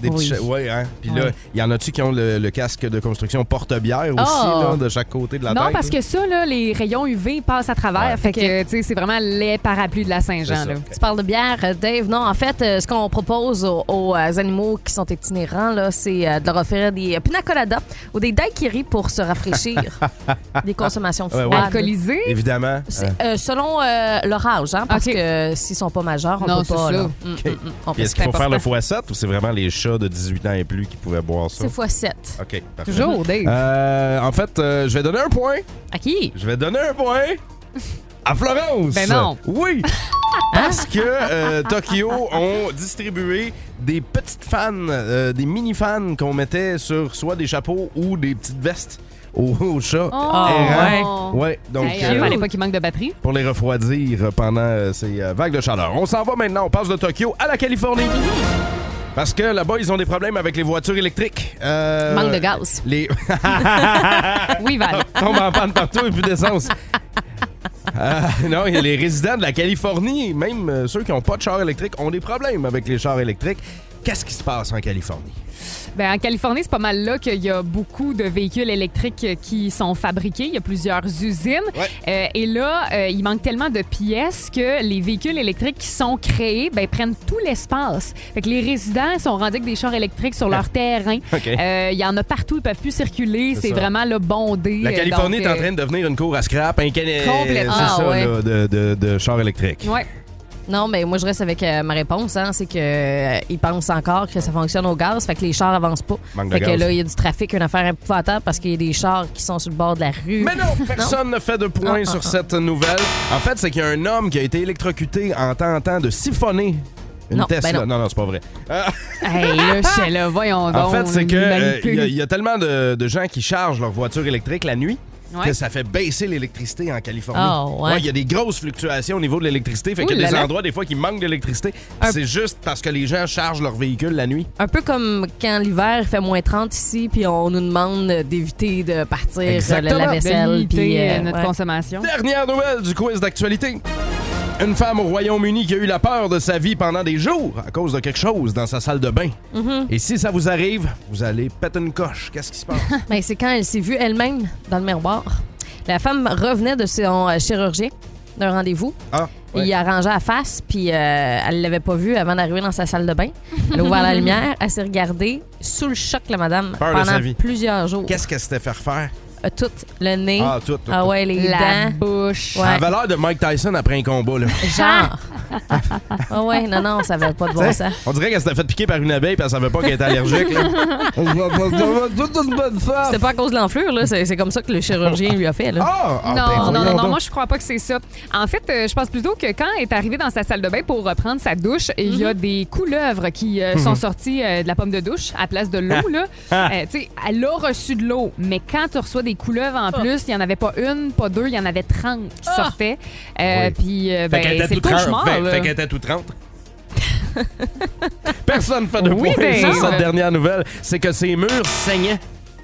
[SPEAKER 6] Des
[SPEAKER 7] Oui.
[SPEAKER 6] petits chats- ouais, hein? Puis là,
[SPEAKER 7] Ouais.
[SPEAKER 6] il y en a-tu qui ont le, le casque de construction porte-bière
[SPEAKER 10] Ah!
[SPEAKER 6] aussi,
[SPEAKER 7] Oh!
[SPEAKER 6] là, de chaque côté de la
[SPEAKER 7] non,
[SPEAKER 6] tête? hein?
[SPEAKER 7] parce que ça, là, les rayons UV passent à travers.
[SPEAKER 6] Ouais.
[SPEAKER 7] Fait que, tu sais, c'est vraiment les parapluies de la
[SPEAKER 6] C'est
[SPEAKER 7] Saint-Jean.
[SPEAKER 6] ça.
[SPEAKER 7] là.
[SPEAKER 10] Tu parles de bière, euh, Dave. Non, en fait, euh, ce qu'on propose aux, aux, euh, animaux qui sont itinérants, là, c'est euh, de leur offrir des euh, pina coladas ou des daiquiris pour se rafraîchir. des consommations
[SPEAKER 6] Ouais, ouais.
[SPEAKER 10] froides.
[SPEAKER 6] Évidemment.
[SPEAKER 10] C'est,
[SPEAKER 6] hein.
[SPEAKER 10] euh, selon euh, leur âge, hein, parce que euh, s'ils sont pas majeurs, on
[SPEAKER 7] Non,
[SPEAKER 10] peut pas.
[SPEAKER 7] c'est ça.
[SPEAKER 10] là. Mm,
[SPEAKER 6] OK.
[SPEAKER 10] mm, mm, on
[SPEAKER 6] Puis
[SPEAKER 10] peut-
[SPEAKER 6] Est-ce qu'il faut
[SPEAKER 10] c'est
[SPEAKER 6] faire le
[SPEAKER 10] important.
[SPEAKER 6] x7 ou c'est vraiment les chats de 18 ans et plus qui pouvaient boire ça?
[SPEAKER 10] C'est x7.
[SPEAKER 6] OK, parfait.
[SPEAKER 10] Toujours, Dave.
[SPEAKER 6] Euh, en fait, euh, je vais donner un point.
[SPEAKER 10] À qui?
[SPEAKER 6] Je vais donner un point à Florence.
[SPEAKER 10] Ben non.
[SPEAKER 6] Oui. Parce que euh, Tokyo ont distribué des petites fans, euh, des mini-fans qu'on mettait sur soit des chapeaux ou des petites vestes aux, aux chats
[SPEAKER 10] Oh,
[SPEAKER 6] errants.
[SPEAKER 7] ouais.
[SPEAKER 6] Ah. Ouais, donc
[SPEAKER 7] Oh. Hey, euh,
[SPEAKER 6] euh,
[SPEAKER 7] fallait pas qu'il manque de batterie.
[SPEAKER 6] pour les refroidir pendant euh, ces euh, vagues de chaleur. On s'en va maintenant, on passe de Tokyo à la Californie. Parce que là-bas, ils ont des problèmes avec les voitures électriques. Euh, Ah.
[SPEAKER 10] Manque de gaz.
[SPEAKER 6] Les...
[SPEAKER 7] oui, Val.
[SPEAKER 6] Tombe en panne partout et plus d'essence. Euh, non, il y a les résidents de la Californie, même euh, ceux qui n'ont pas de char électrique, ont des problèmes avec les chars électriques. Qu'est-ce qui se passe en Californie?
[SPEAKER 7] Ben, en Californie, c'est pas mal là qu'il y a beaucoup de véhicules électriques euh, qui sont fabriqués. Il y a plusieurs usines. Euh, et là, euh, il manque tellement de pièces que les véhicules électriques qui sont créés ben, prennent tout l'espace. Fait que les résidents sont rendus avec des chars électriques sur leur terrain. Euh,
[SPEAKER 6] Ah. OK.
[SPEAKER 7] Il y en a partout, ils peuvent plus circuler. C'est
[SPEAKER 6] C'est ça.
[SPEAKER 7] vraiment le bondé.
[SPEAKER 6] La
[SPEAKER 7] Euh,
[SPEAKER 6] Californie
[SPEAKER 7] donc,
[SPEAKER 6] est en
[SPEAKER 7] euh,
[SPEAKER 6] train de devenir une cour à scrap, un canet-
[SPEAKER 10] Complètement.
[SPEAKER 6] c'est ça,
[SPEAKER 10] Ah, ouais.
[SPEAKER 6] là, de, de- de chars électriques.
[SPEAKER 7] Ouais.
[SPEAKER 10] Non, mais moi, je reste avec euh, ma réponse. hein, c'est qu'ils pensent encore que ça fonctionne au gaz, fait que les chars avancent pas.
[SPEAKER 6] Manque de
[SPEAKER 10] fait que
[SPEAKER 6] gaz.
[SPEAKER 10] là, il y a du trafic, une affaire épouvantable parce qu'il y a des chars qui sont sur le bord de la rue.
[SPEAKER 6] Mais non, personne ne fait de point
[SPEAKER 10] Ah,
[SPEAKER 6] sur
[SPEAKER 10] ah, ah.
[SPEAKER 6] cette nouvelle. En fait, c'est qu'il y a un homme qui a été électrocuté en tentant de siphonner une
[SPEAKER 7] Non, ben
[SPEAKER 6] Tesla.
[SPEAKER 7] non.
[SPEAKER 6] non, non, c'est pas vrai.
[SPEAKER 7] Hey, là, je là, voyons donc.
[SPEAKER 6] En fait, c'est que euh,
[SPEAKER 7] l'humanité.
[SPEAKER 6] il y a- il y, a tellement de, de gens qui chargent leur voiture électrique la nuit.
[SPEAKER 7] Ouais.
[SPEAKER 6] Que ça fait baisser l'électricité en Californie.
[SPEAKER 7] Ah, ouais.
[SPEAKER 6] il y a des grosses fluctuations au niveau de l'électricité. Fait
[SPEAKER 10] Ouh
[SPEAKER 6] qu'il y a
[SPEAKER 10] là
[SPEAKER 6] des
[SPEAKER 10] là.
[SPEAKER 6] endroits, des fois, qui manquent d'électricité. Puis C'est juste parce que les gens chargent leur véhicule la nuit.
[SPEAKER 10] Un peu comme quand l'hiver il fait moins 30 ici, puis on nous demande d'éviter de partir euh,
[SPEAKER 6] Exactement.
[SPEAKER 10] le lave-vaisselle.
[SPEAKER 7] De limiter,
[SPEAKER 10] puis
[SPEAKER 7] euh, notre consommation.
[SPEAKER 6] Dernière nouvelle du quiz d'actualité. Une femme au Royaume-Uni qui a eu la peur de sa vie pendant des jours à cause de quelque chose dans sa salle de bain.
[SPEAKER 10] Mhm.
[SPEAKER 6] Et si ça vous arrive, vous allez péter une coche. Qu'est-ce qui se passe?
[SPEAKER 10] Ben, c'est quand elle s'est vue elle-même dans le miroir. La femme revenait de son euh, chirurgien, d'un rendez-vous.
[SPEAKER 6] Ah,
[SPEAKER 10] Et Il arrangeait la face, puis euh, elle l'avait pas vue avant d'arriver dans sa salle de bain. Elle a ouvert la lumière, elle s'est regardée sous le choc, la madame,
[SPEAKER 6] Peur de sa
[SPEAKER 10] pendant
[SPEAKER 6] vie.
[SPEAKER 10] plusieurs jours.
[SPEAKER 6] Qu'est-ce qu'elle s'était fait faire?
[SPEAKER 10] Euh, tout, le nez.
[SPEAKER 6] Ah, tout, tout,
[SPEAKER 10] Ah
[SPEAKER 6] tout.
[SPEAKER 10] ouais, les
[SPEAKER 7] La
[SPEAKER 10] dents.
[SPEAKER 7] bouche.
[SPEAKER 6] Ça avait l'air de Mike Tyson après un combat. Là.
[SPEAKER 10] Genre. ah ouais, non, non, ça avait pas de bon
[SPEAKER 6] T'sais,
[SPEAKER 10] sens.
[SPEAKER 6] On dirait qu'elle s'était fait piquer par une abeille et elle savait pas qu'elle était allergique. là.
[SPEAKER 10] C'était pas à cause de l'enflure, là. C'est c'est comme ça que le chirurgien lui a fait, là.
[SPEAKER 6] Ah! ben,
[SPEAKER 7] non, non, non, non, moi je crois pas que c'est ça. En fait, euh, je pense plutôt que quand elle est arrivée dans sa salle de bain pour reprendre sa douche, il
[SPEAKER 6] Mhm.
[SPEAKER 7] y a des couleuvres qui euh, sont
[SPEAKER 10] Mhm.
[SPEAKER 7] sorties euh, de la pomme de douche à place de
[SPEAKER 6] Ah.
[SPEAKER 7] l'eau. là. Euh, tu sais, elle a reçu de l'eau, mais quand tu reçois des couleuvres
[SPEAKER 6] Ah.
[SPEAKER 7] en plus, il y en avait pas une, pas deux, il y en avait 30 qui sortaient. Euh, Puis, euh, ben, c'est le cauchemar. là.
[SPEAKER 6] était toute rente. Personne ne fait de
[SPEAKER 7] Oui,
[SPEAKER 6] point
[SPEAKER 7] ben
[SPEAKER 6] sur
[SPEAKER 7] non.
[SPEAKER 6] cette dernière nouvelle. C'est que ses murs saignaient.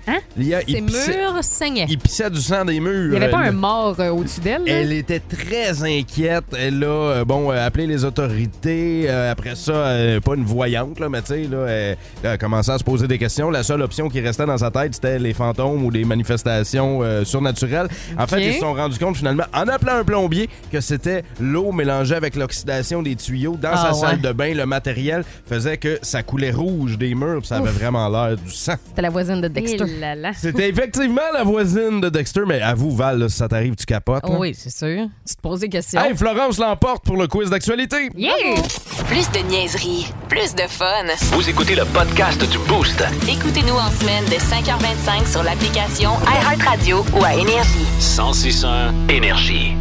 [SPEAKER 7] Hein?
[SPEAKER 6] Il y a- il
[SPEAKER 10] Ses
[SPEAKER 6] pissait-
[SPEAKER 10] murs saignaient.
[SPEAKER 6] Il pissait du sang des murs.
[SPEAKER 7] Il n'y avait pas
[SPEAKER 6] Euh,
[SPEAKER 7] un mort euh, au-dessus d'elle. là?
[SPEAKER 6] Elle était très inquiète. Elle a euh, bon, euh, appelé les autorités. Euh, après ça, euh, pas une voyante, là, mais tu sais, là, elle, elle a commencé à se poser des questions. La seule option qui restait dans sa tête, c'était les fantômes ou des manifestations euh, surnaturelles. En
[SPEAKER 7] Ok.
[SPEAKER 6] fait, ils se sont rendus compte finalement, en appelant un plombier, que c'était l'eau mélangée avec l'oxydation des tuyaux dans
[SPEAKER 7] Ah,
[SPEAKER 6] sa salle
[SPEAKER 7] ouais.
[SPEAKER 6] de bain. Le matériel faisait que ça coulait rouge des murs, puis ça avait
[SPEAKER 10] Ouf.
[SPEAKER 6] vraiment l'air du sang.
[SPEAKER 10] C'était la voisine de Dexter.
[SPEAKER 7] Et Eh là là.
[SPEAKER 6] C'était effectivement la voisine de Dexter, mais avoue, Val, là, si ça t'arrive, tu capotes. là.
[SPEAKER 7] Oui, c'est sûr. Tu te poses des questions.
[SPEAKER 6] Hey, Florence l'emporte pour le quiz d'actualité.
[SPEAKER 1] Plus de niaiserie, plus de fun.
[SPEAKER 2] Vous écoutez le podcast du Boost.
[SPEAKER 1] Écoutez-nous en semaine de 5h25 sur l'application iHeartRadio ou à Énergie.
[SPEAKER 2] 1061 Énergie.